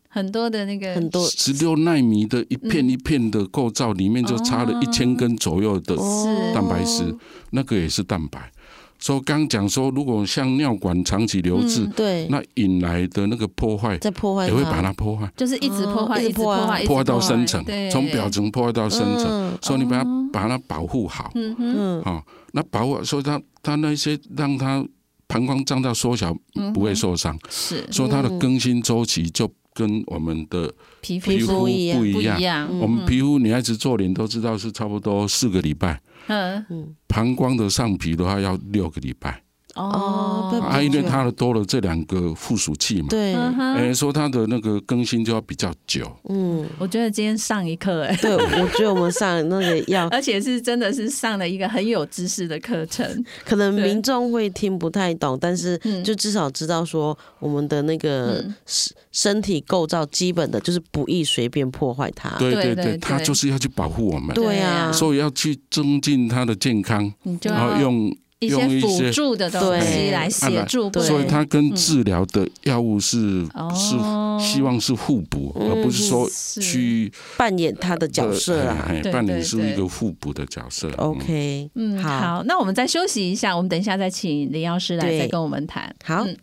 很多的那个很多十六纳米的一片一片的构造，里面就插了一千根左右的是哦蛋白哦质，那个也是蛋白。所以刚讲说，如果像尿管长期留嗯置，对，那引来的那个破坏在破坏也会把它破坏，就是一直破坏，哦一一直直破破坏，坏一直破坏到深层，对从表层破坏到深层，嗯所以你把它把它保护好，嗯哼，嗯哦，那保护，所以它它那些让它膀胱胀大缩小嗯哼不会受伤，是所以它的更新周期就跟我们的皮肤皮肤不一样一不样嗯一。样，我们皮肤女孩子做脸都知道是差不多四个礼拜，嗯膀胱的上皮的话要六个礼拜，哦，哦啊，因为它的多了这两个附属器嘛，对，嗯哼，哎，说它的那个更新就要比较久。啊嗯，我觉得今天上一课哎。对，我觉得我们上那个 [laughs] 药，而且是真的是上了一个很有知识的课程，可能对民众会听不太懂，但是嗯就至少知道说我们的那个嗯身身体构造基本的就是不易随便破坏它。对对对对对对，它就是要去保护我们，对对啊啊啊，所以要去增进它的健康，你就然要后用，一些用一辅些助的东西对来协助病对人，所以它跟治疗的药物是嗯哦嗯是希望是互补，而不是说是去扮演它的角色啊。哎哎对扮对演是对一个互补的角色。嗯 OK，嗯，好好，那我们再休息一下，我们等一下再请林药师来对再跟我们谈。好嗯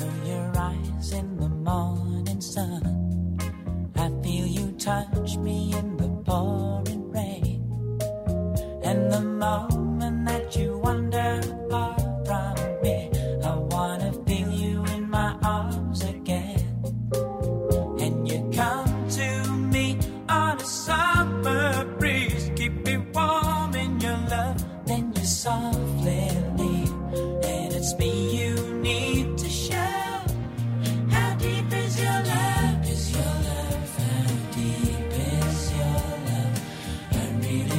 know your eyes in the morning sun. I feel you touch me in the pouring rain. And the moment that you wander far from me, I wanna feel you in my arms again. And you come to me on a summer breeze, keep me warm in your love. Then you softly leave, and it's me you need to share. How deep is your love? Is your love? How deep is your love?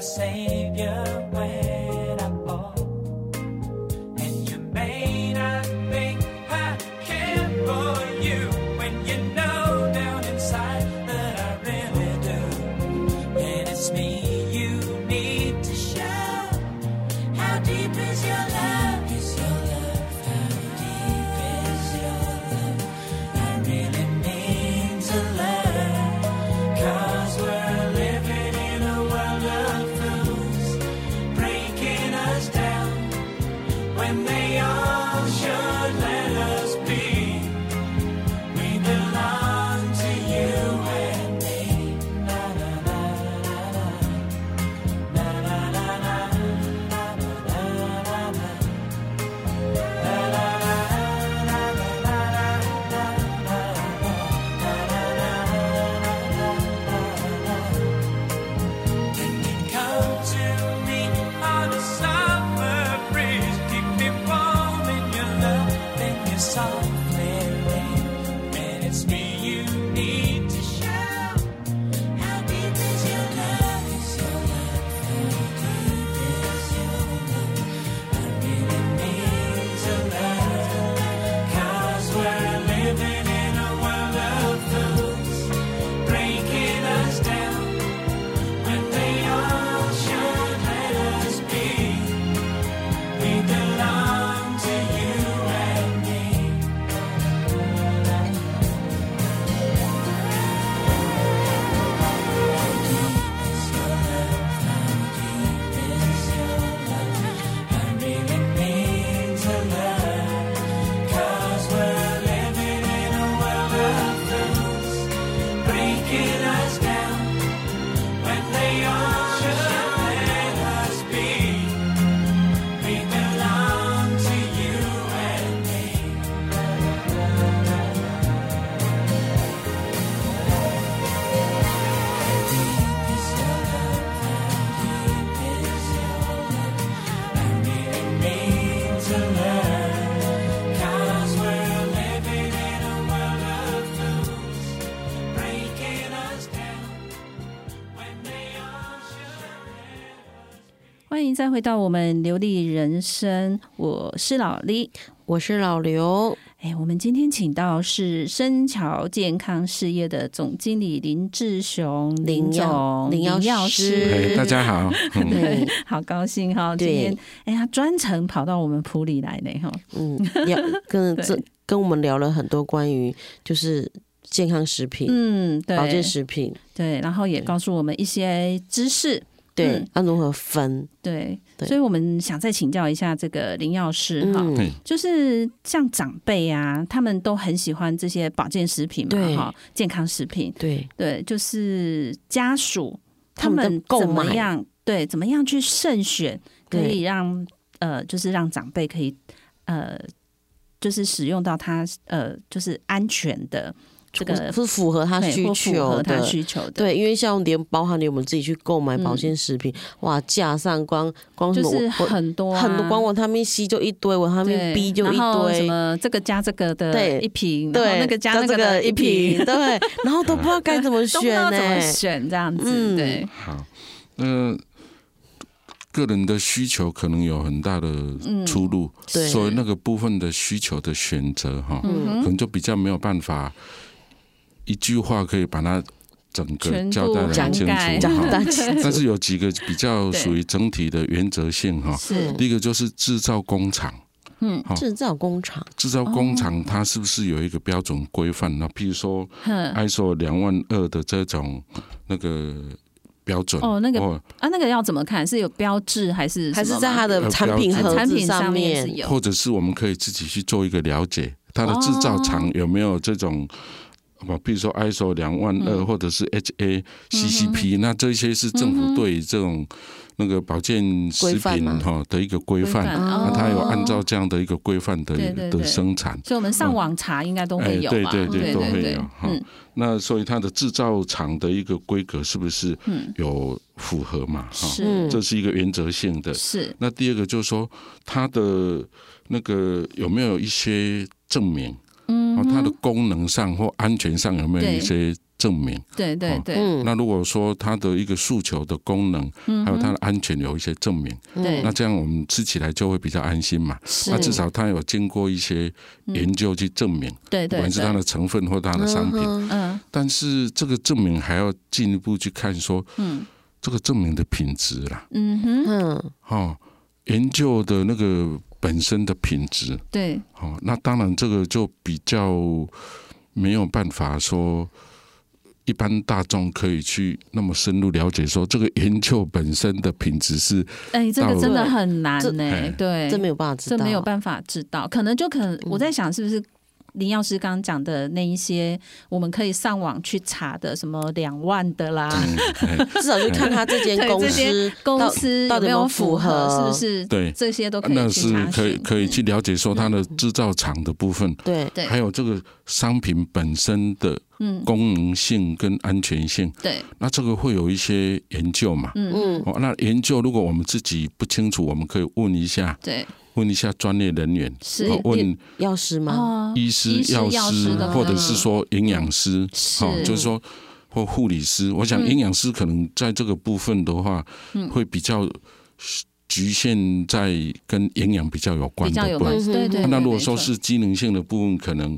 savior when I'm old. And you may not think I care for you when you know down inside that I really do. And it's me you need to show. How deep is your love? Is your love? How deep is your love? I really mean to learn. Cause we're living in a world of fools, breaking us down when they all should let us be. We belong to you and me. La la la la la. La la la la. La la la la. La la la la la la la la la. And you come to me on a summer breeze, keep me warm in your love, then you softly rain. And it's me you need to show. How deep is your love? Is your love? How deep is your love? I really need to love. 'Cause we're living in a world of fools, breaking us down. When they all should let us be, we belong to you and me. How deep is your love? How deep is your love? I really mean to love. 'Cause we're living in a world of fools, breaking us down. When they all should let us be, we belong to you and me. How deep is your love? How deep is your love? I really mean to learn. 'Cause we're living in a world of fools, breaking us down. When they all should 欢迎再回到我们流利人生，我是老李。我是老刘，哎，我们今天请到是深桥健康事业的总经理林志雄林药总林药药师哎，大家好，[laughs] 嗯对，好高兴哈、今对天哎，他专程跑到我们普里来呢哈、嗯，要跟对这跟我们聊了很多关于就是健康食品、嗯，对，保健食品，对，然后也告诉我们一些知识，对嗯，要如何分？对，对所以我们想再请教一下这个林药师哈、嗯，对，就是像长辈啊，他们都很喜欢这些保健食品嘛对哈，健康食品，对，对，就是家属他们们都购怎么买样，对，怎么样去慎选，可对以让呃，就是让长辈可以呃，就是使用到他呃，就是安全的这个是符合他对需或符求合他的。需求的，对，因为像连包含连我们自己去购买保嗯健食品，哇，架上光光什就么是我很多、我啊、很多光维他命 C 就一堆，维他命对 B 就然一后什堆，么这个加这个的对一瓶，然后对，那个加到那这的个一瓶，瓶，对，然后都不知道该怎 [laughs] 么都选欸不知道呢、怎么选这样子，嗯对，好， [laughs] 呃，个人的需求可能有很大的嗯，出入，对所以那个部分的需求的选择哈，嗯可哼，能就比较没有办法一句话可以把它整个全交部代的很涵清盖楚哈。 [laughs] 大清 [laughs] 但是有几个比较对属于整体的原则性哈，是，第一个就是制造工厂，嗯好制造工厂，制造工哦厂它是不是有一个标准规范？那譬如说哼， ISO 两万二的这种那个标准哦那个或啊，那个要怎么看？是有标志还是还什是么在吗它的呃产品标哎准盒产子品上面面是？有或者是我们可以自己去做一个了解，它的制造厂哦有没有这种。啊，比如说 ISO 两万嗯二，或者是 HA、CCP，、那这些是政府对于这种那个保健食规范品吗哈的一个规规范，哦那它有按照这样的一个规范的对对对的生产，所以我们上网查应该都会哎有对嘛，对对对对都会对有哈嗯那所以它的制造厂的一个规格是不是嗯，有符合嘛？哈，是这是一个原则性嗯的。是，那第二个就是说，它的那个有没有一些证明？嗯哦，哼，它的功能上或安全上有没有对一些证明。对对哦对嗯嗯那如果说它的一个诉求的功能，还有它的安全有一些证明，对那，这样我们吃起来就会比较安心嘛。那至少它有经过一些研究去证明，对不对管是它对，的成分或它的商品。嗯但是这个证明还要进一步去看说嗯这个证明的品质啦，嗯哼，嗯，哦，研究的那个本身的品质，对哦，那当然这个就比较没有办法说一般大众可以去那么深入了解，说这个研究本身的品 [laughs] 质是哎，这个到真的了很难这呢哎，对，这没有办法知道，嗯这没有办法知道，可能就可能我在想，是不是林药师刚刚讲的那一些，我们可以上网去查的，什么两万的啦，嗯，哎至少去看 [laughs] 他这间对公这司间公司到到底没有没有符符合，是合不是？对这些都可那以去是查可以询。嗯可以去了解说它的制造厂的部分，对，对还有这个商品本身的嗯，功能性跟安全性，对，那这个会有一些研究嘛。嗯，嗯，哦，那研究如果我们自己不清楚，我们可以问一下，对，问一下专业人员，是哦问药师吗？哦，医师医、师药药师师的，嗯或可者能是说营养师，是哦，就是说或护理师。我想嗯营养师可能在这个部分的话，会比较局限在跟营养比较有关比较的有部关分。系，嗯对对。对那如没果说错是机能性的部分，可能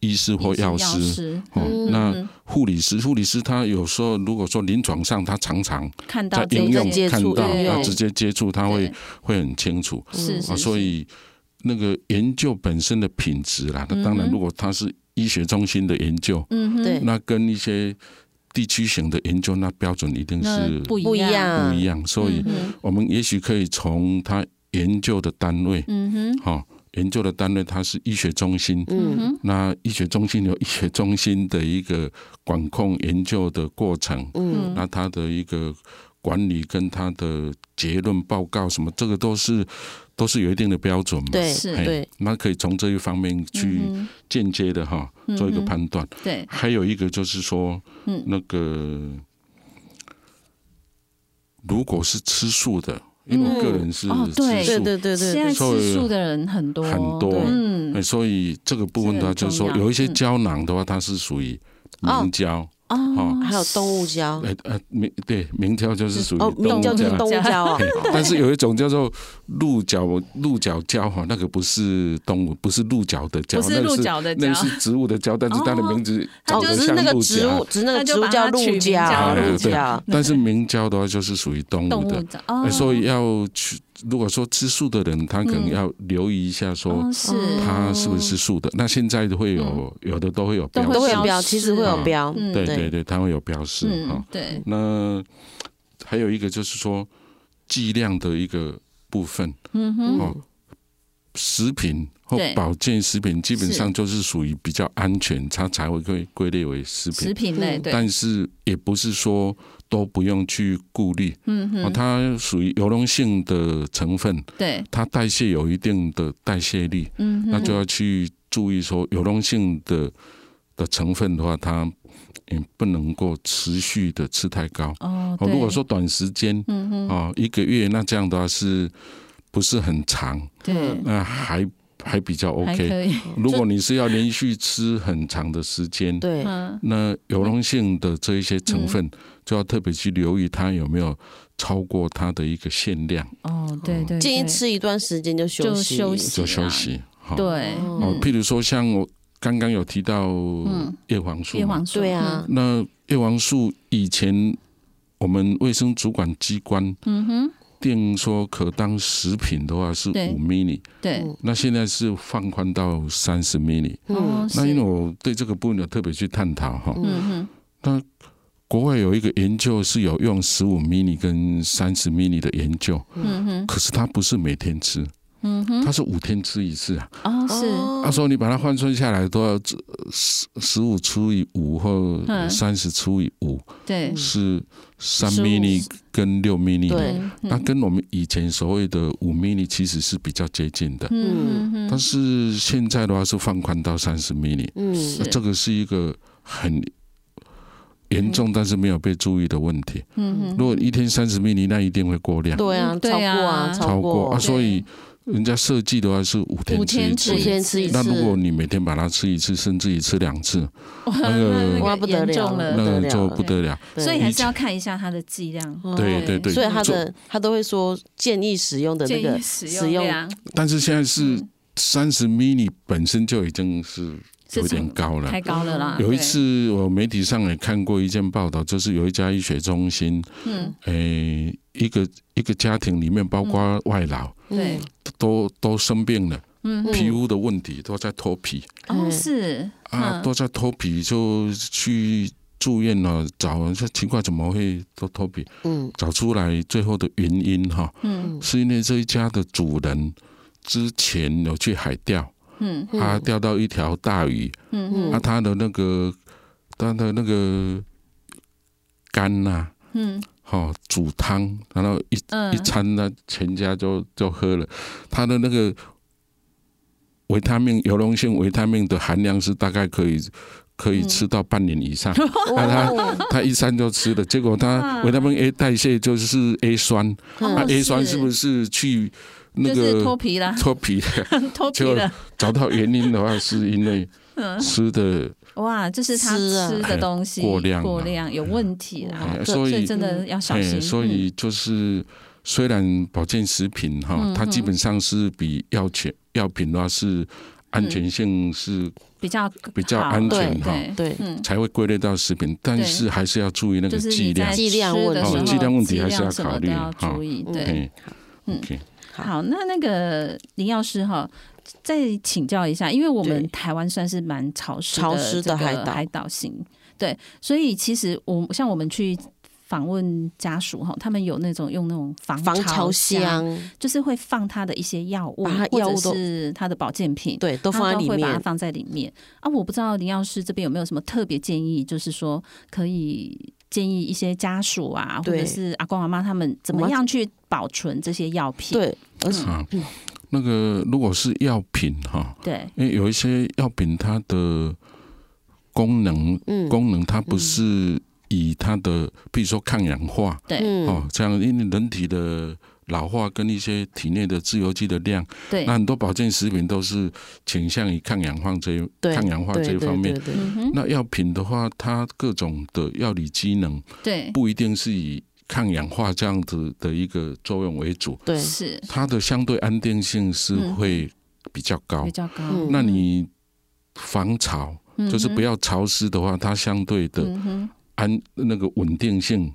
医师或医药师。师，哦嗯，那嗯护理师，护理师他有时候如果说临床上他常常看到在这应用些接看触到对啊，直接接触，他会对会很清楚。是是啊，所是以那个研究本身的品质啦，那当嗯然，哼如果它是医学中心的研究，嗯哼，对那跟一些地区型的研究，那标准一定那是不不一样，不样，一样。所以嗯哼我们也许可以从它研究的单位，嗯哼，哈、研究的单位它是医学中心。嗯嗯哼，那医学中心有医学中心的一个管控研究的过程，嗯那它的一个管理跟它的结论报告什么，这个都是都是有一定的标准嘛。对是嘿对，那可以从这一方面去嗯间接的哈、哼做一个嗯哼判断。对，还有一个就是说，嗯那个如果是吃素的，因为我个人是哦对对吃素，对对对，现在所吃以素的人很多，很多嗯哎，所以这个部分的话，这个就很重是要说有一些嗯胶囊的话，它是属于明胶，哦哦，还有动物胶，呃呃，明对明胶就是属于哦，动名物叫做胶。动物 [laughs] 胶啊，嘿 [laughs] 但是有一种叫做鹿角鹿角胶哈，那个不是动物，不是鹿角的胶，不是那个鹿是角的那胶个，是植物的胶，但是它的名字它长哦，就得只是像那个鹿植角物，，只是那那个就植物把叫它取鹿名叫胶，鹿鹿角胶，但是明胶的话就是属于动动物物的。的哦呃，所以要去，如果说吃素的人，他可能嗯要留意一下，说哦是他是不是素的。那现在会有有的都会有标都都会识有，标，其实会有标，嗯对哦对对对，他会有标识嗯哈。对那还有一个就是说剂量的一个部分，嗯哼哦，食品或对保健食品基本上就是属于比较安全，它才会归归类为食食品。品类嗯对但是也不是说都不用去顾虑，嗯哦，哼它属于油溶性的成分，对它代谢有一定的代谢力，嗯哼那就要去注意说油溶性的的成分的话，它嗯不能够持续的吃太高。哦哦，对如果说短时间嗯哼哦一个月，那这样的话是不是很长？对那还还比较还嗯 OK。可以如果你是要连续吃很长的时间，对，嗯那油溶性的这一些成分就要特别去留意它有没有超过它的一个限量，哦对对建议对吃一段时间就休就息，休息就休啦息。好对嗯哦，譬如说像我刚刚有提到叶黄素叶嘛，黄素对啊，那叶黄素以前我们卫生主管机关嗯哼定说可当食品的话是对五 mini，对那现在是放宽到三十 mini。哦那因为是我对这个部分有特别去探讨哈，嗯哼国外有一个研究是有用十五 mini 跟三十 mini 的研究，嗯哼可是它不是每天吃，嗯哼它是五天吃一次啊。哦是哦他说你把它换算下来都要十十五除以五或嗯三十除以五对是三15 mini 跟六 mini，对嗯那跟我们以前所谓的五 mini 其实是比较接近的，嗯哼但是现在的话是放宽到三十 mini，嗯，是那这个是一个很严重但是没有被注意的问题。嗯嗯哼如果一天三十 ml，那一定会过量，对啊，嗯超对过啊啊，超过过啊，，所以人家设计的话是五天五吃一天次吃五，天吃一次那如果你每天把它吃一次，甚至一次两次， [laughs] 哇，那个那哇那不个得严了重那那了，个就了不得了。对哦所以还是要看一下它的剂量。对对对对，所以他做的他都会说建议使用的那建个议使使用啊用量但是现在是嗯三十 mini 本身就已经是是有点从高了。嗯太高了啦。有一对，次我媒体上也看过一件报道，就是有一家医学中心，嗯，诶、一个一个家庭里面包括外劳、嗯对，都都生病了，嗯，皮肤的问题都在脱皮哦，是，啊，嗯都在脱皮，就去住院了，找这奇怪怎么会都脱皮， [laughs] 嗯找出来最后的原因哈，嗯是因为这一家的主人之前有去海钓，嗯他钓到一条大鱼，嗯啊，他的那个他的那个肝呐、嗯哦，煮汤，然后一一嗯，餐呢，全家就就喝了。它的那个维他命油溶性维他命的含量是大概可以可嗯以吃到半年 [laughs] 以上。哦那他他一餐就吃了，结果他维他命 A 代谢就是 A 酸，嗯那哦 A 酸是是不是去那就是脱个皮啦，脱皮？ [laughs] [laughs] 脱皮就了，找到原因的话，是因为嗯吃的哇，就是他吃啊吃的东西哎过量啊过量有问题啦，哎对所所以以真的要小心。嗯哎所以就是，虽然保健食品哈，嗯它基本上是比药全药品的话是安全性是嗯比较比较好安全对哈，对对嗯，才会归类到食品，但是还是要注意那个就是剂你量在。剂量吃的问题时候哦剂量问题还是要剂量什么考虑都要哈注意。嗯对，哎嗯，OK，好，那那个林药师哈，再请教一下，因为我们对台湾算是蛮潮湿潮湿的的这个海岛海岛型，对，所以其实我像我们去访问家属哈，他们有那种用那种防防嗯潮潮箱，就是会放他的一些药物，把它或药者物都是他的保健品，对，都他放在里会把它面。放在里面啊。我不知道林药师这边有没有什么特别建议，就是说可以建议一些家属啊，或对者是阿公阿妈他们怎么样去保存这些药品？对，而且啊，那个如果是药品哈，对，因为有一些药品它的功能嗯功能它不是以它的，比如说抗氧化，对哦嗯，，这样因为人体的老化跟一些体内的自由基的量，对那，很多保健食品都是倾向于抗氧化这一对，抗氧化这对一对方面。对对嗯哼，那药品的话，它各种的药理机能对，不一定是以抗氧化这样子的一个作用为主，对是它的相对安定性是嗯会比较高比。较高，嗯那你防潮，就是不要潮湿的话，它相对的嗯哼，安那个稳定性，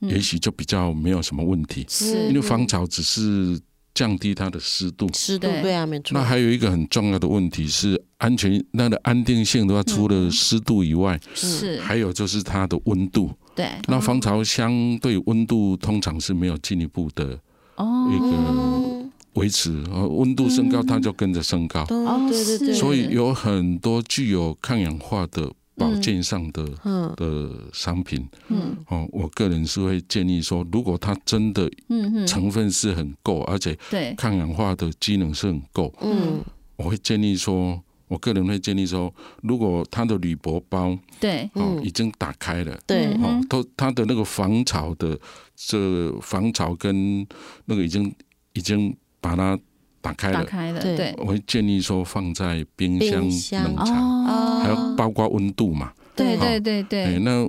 嗯也许就比较没有什么问题。因嗯是为芳草只是降低它的湿度。湿度对对啊，没错那。还有一个很重要的问题是安全，那个安定性的话，除了湿度以外，嗯嗯是，还有就是它的温度。对，那芳草相对温度通常是没有进一步的哦，一个维持，呃，温度升高它就跟着升高，哦，嗯对对对，是所以有很多具有抗氧化的保健上的嗯的商品。嗯哦，我个人是会建议说，如果它真的嗯嗯，成分是很够，而且对，抗氧化的机能是很够，嗯我会建议说，我个人会建议说，如果它的铝箔包对，哦嗯已经打开了。对嗯，哦，都它的那个防潮的这防潮跟那个已经已经把它打开打了，开了，对对，我会建议说放在冰箱冰箱冷藏，哦，还有包括温度嘛。对哦对对哎、对，那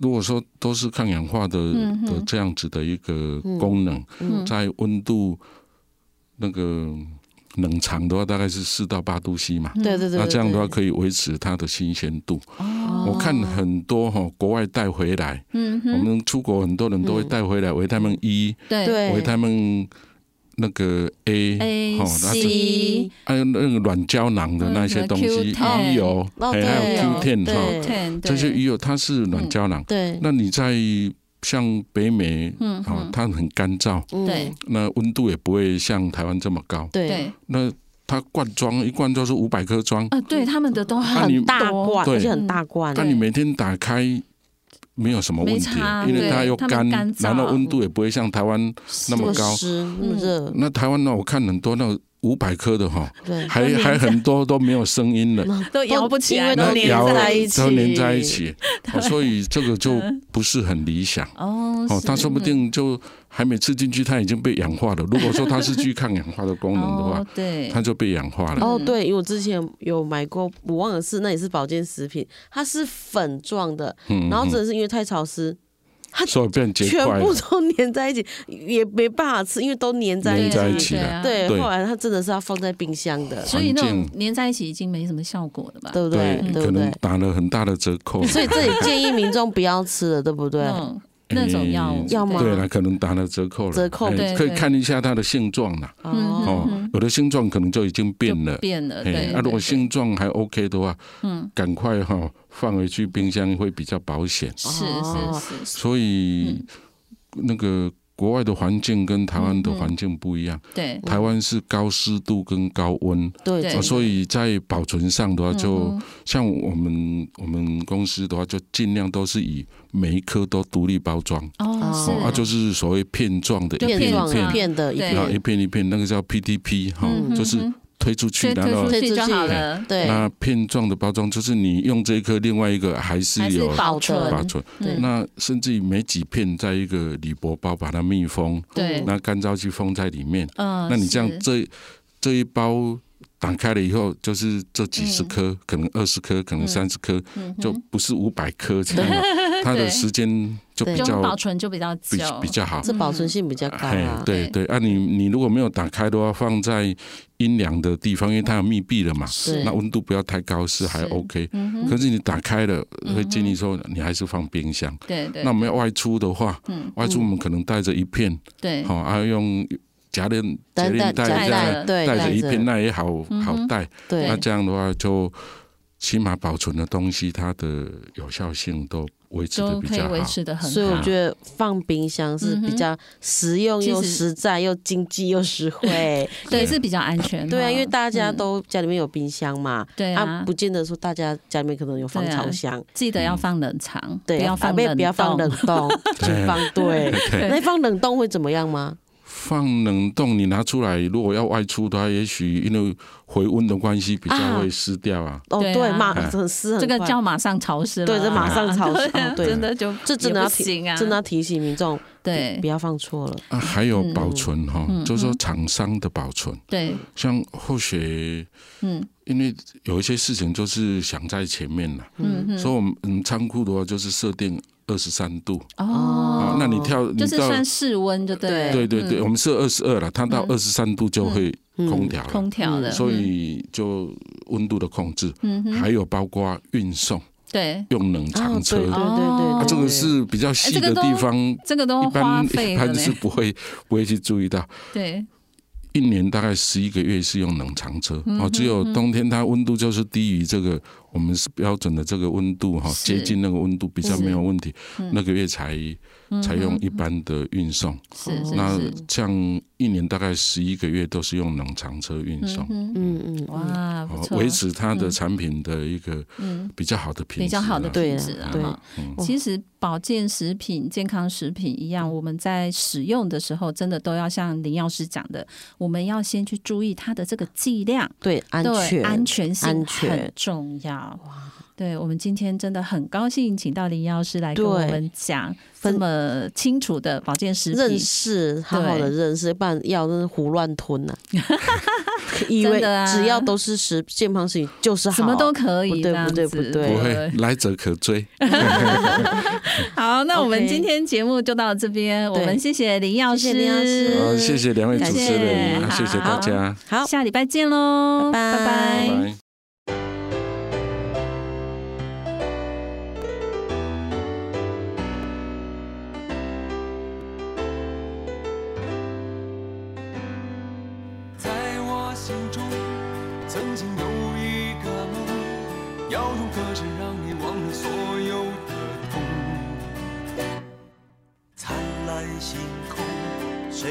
如果说都是抗氧化的、嗯哼的这样子的一个功能，嗯在温度那个冷藏的话，大概是四到八度 C 嘛。对对对，那这样的话对可以维持它的新鲜度。哦，我看很多哈、国外带回来，嗯我哼，们出国很多人都会带回来维他命 E、对对维他命那个 A，嗯 A 哦，那就 C 还有那个软胶囊的那些东西嗯什么 Q10 鱼油，哦哎还有 Q 对 ten 哈，对 ten 这些鱼油它是软胶囊。对，那你在像北美，嗯哦，嗯它很干燥，嗯对那温度也不会像台湾这么嗯高。对对那它罐装一罐都是五百颗装，啊，对他们的都那很你很大多罐，对而且很大罐，但你每天打开没有什么问题没差，因为对它又它们干干，燥嗯然后温度也不会像台湾这那么么高。湿那么热，那台湾呢，我看很多那种五百颗的哈，对，还还很多都没有声音 [laughs] 了，都摇不起因来为都那了。连摇在一起嗯都连在 [laughs] 一起，哦所以这个就不是很理想。哦哦，是它说不定就还没吃进去，它已经被氧化了。如果说它是具抗氧化的功能的话哦，对，它就被氧化了。哦，对，因为我之前有买过，我忘了是那也是保健食品，它是粉状的，嗯，然后嗯真的是因为太潮湿，它所以变结全块部了。都 [laughs] 粘在一起，也没办法吃，因为都粘在一粘起。在一起对了啊对啊对，对后来它真的是要放在冰箱的，所以那种环粘在一起已经没什么效果了吧？对不对？对可不能对？打了很大的折扣。所以这里建议民众不要吃了，对不对？那种那种药物哎要吗对了，可能打了折扣了。折扣哎对可以对看一下它的性状啦。嗯哦，哦，有的性状可能就已经变了就。变了，哎对。那如果对性状还 OK 的话，嗯赶快哈放回去冰箱会比较保险。是哦是是，所以那个国外的环境跟台湾的嗯嗯环境不一样，对台湾是高湿度跟高温，对嗯对哦啊，所以在保存上的话，就嗯像我们我们公司的话，就尽量都是以每一颗都独立包装，哦哦是哦啊，就是所谓片状的一对片片一状片啊的片，片的一对然后一片，片一片，那个叫 PTP 哈嗯，就是嗯推出去，推然后推出推去出就去好了，对，那片状的包装，就是你用这一颗，另外一个还是还是有保保存，嗯存。对那甚至于每几片在一个铝箔包把它密封，对，那干燥剂封在里面。嗯，那你这样是这这一包打开了以后，就是这几十颗，可能二十颗，可能三十颗，嗯哼就不是五百颗 [laughs] 这样了，哦它对的时间就比对就保较存就比较久比，比较好。这保存性比较高哎啊，。对对，啊你，你如果没有打开的话，放在阴凉的地方，因为它有密闭了嘛，是那温度不要太高是还是 OK。嗯哼可是你打开了，会建议说你还是放冰箱。对对，那我们要外出的话，嗯外出我们可能带着一片，对好、还要用夹链夹等等，链带夹一带下带了对，带着一带片，那也好好带。对那这样的话，就起码保存的东西，它的有效性都维持的都比可以较维好。持的很所以我好，觉得放冰箱是比较实用又其实嗯实在又经济又实 [laughs] 惠。对是比较安全的，对啊，因为大家嗯都家里面有冰箱嘛，对啊啊，不见得说大家家里面可能有放对啊超箱，记嗯得要放冷藏，对，不要啊放不要冷不要放冻冷冻， [laughs] 对就放对。对，那放冷冻会怎么样吗？放冷冻你拿出来，如果要外出的话，也许因为回温的关系比较会湿掉啊。哦，对啊对，马哎很湿这很个快叫马上潮湿了啊，对这马上潮 [laughs] 湿对啊哦对真的就这真的也要不提行啊，哎真的要提醒民众，对不要放错了。啊，还有保存哈、嗯就是说厂商的保存，对，像或许嗯因为有一些事情就是想在前面了，嗯嗯，所以我们嗯仓库的话就是设定二十三度、哦啊，那你跳你就是到算室温就对了，对对对，我们设二十二了，它到二十三度就会空调了，嗯空调嗯的，嗯所以就温度的控制，嗯哼，还有包括运送哦对，用冷藏车啊对，对对啊对，这个是比较细的地方，哎这个都一花般费一了般呢是，不会不会去注意到。对，一年大概十一个月是用冷藏车，嗯哦，只有冬天它温度就是低于这个我们是标准的这个温度哈，是嗯接近那个温度比较没有问题，那个月才才用一般的运送。是嗯是那是，像一年大概十一个月都是用冷藏车运送，嗯哼，嗯嗯，哇，不哦错，维持它的产品的一个嗯。比较好的品质啊，比较好的对品啊质啊对哈嗯其实保健食品、健康食品一嗯样，我们在使用的时候，真的都要像林药师讲的，我们要先去注意它的这个剂量，对，安对全安全性安全很重要。对，我们今天真的很高兴，请到林药师来跟对我们讲这分么清楚的保健食认品。识，好好的对认识，不然药真是胡乱吞 [laughs] 呐、以真为的啊只要都是食健康食品就是好，什么都可以，不对这样不对不子对不会来者可 [laughs] 追。好，那我们 OK 今天节目就到这边，我对们谢谢林药师，谢谢林药师好，谢谢两位主感持人，谢啊谢谢好大家，好。下礼拜见喽，拜拜拜拜拜。在我心中，曾经有一个梦，要用歌声让你忘了所有的痛。灿烂星空，谁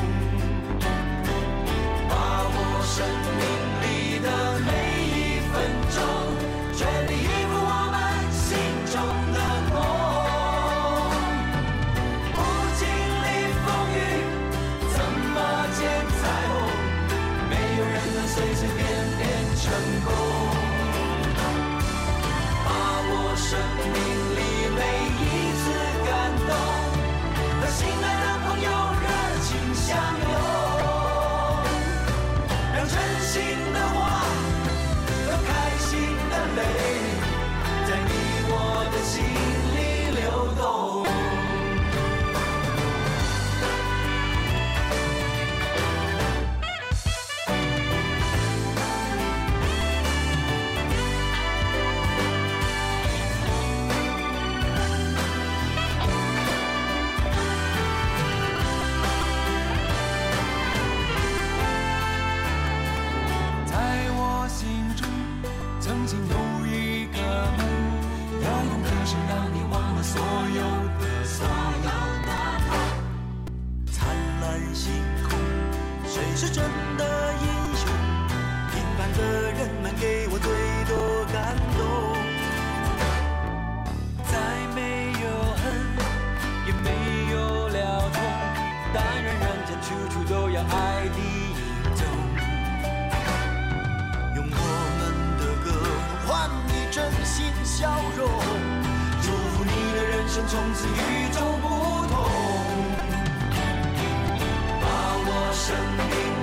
把握生命里的每一分钟，全力以赴我们心中的梦。不经历风雨，怎么见彩虹？没有人能随随便便成功。把握生命里每一次感动，和心爱的朋友热情相拥，让真心的话和开心的泪，在你我的心里流动。在我心中，曾经有一个梦，要用歌声让你忘了所有的所有的灿烂星空，谁是真的英雄？平凡的人们给我最多感动。再没有恨，也没有了痛，但愿人间处处都有爱的影踪。用我们的歌换你真心笑容，祝福你的人生从此与众不同。把握生命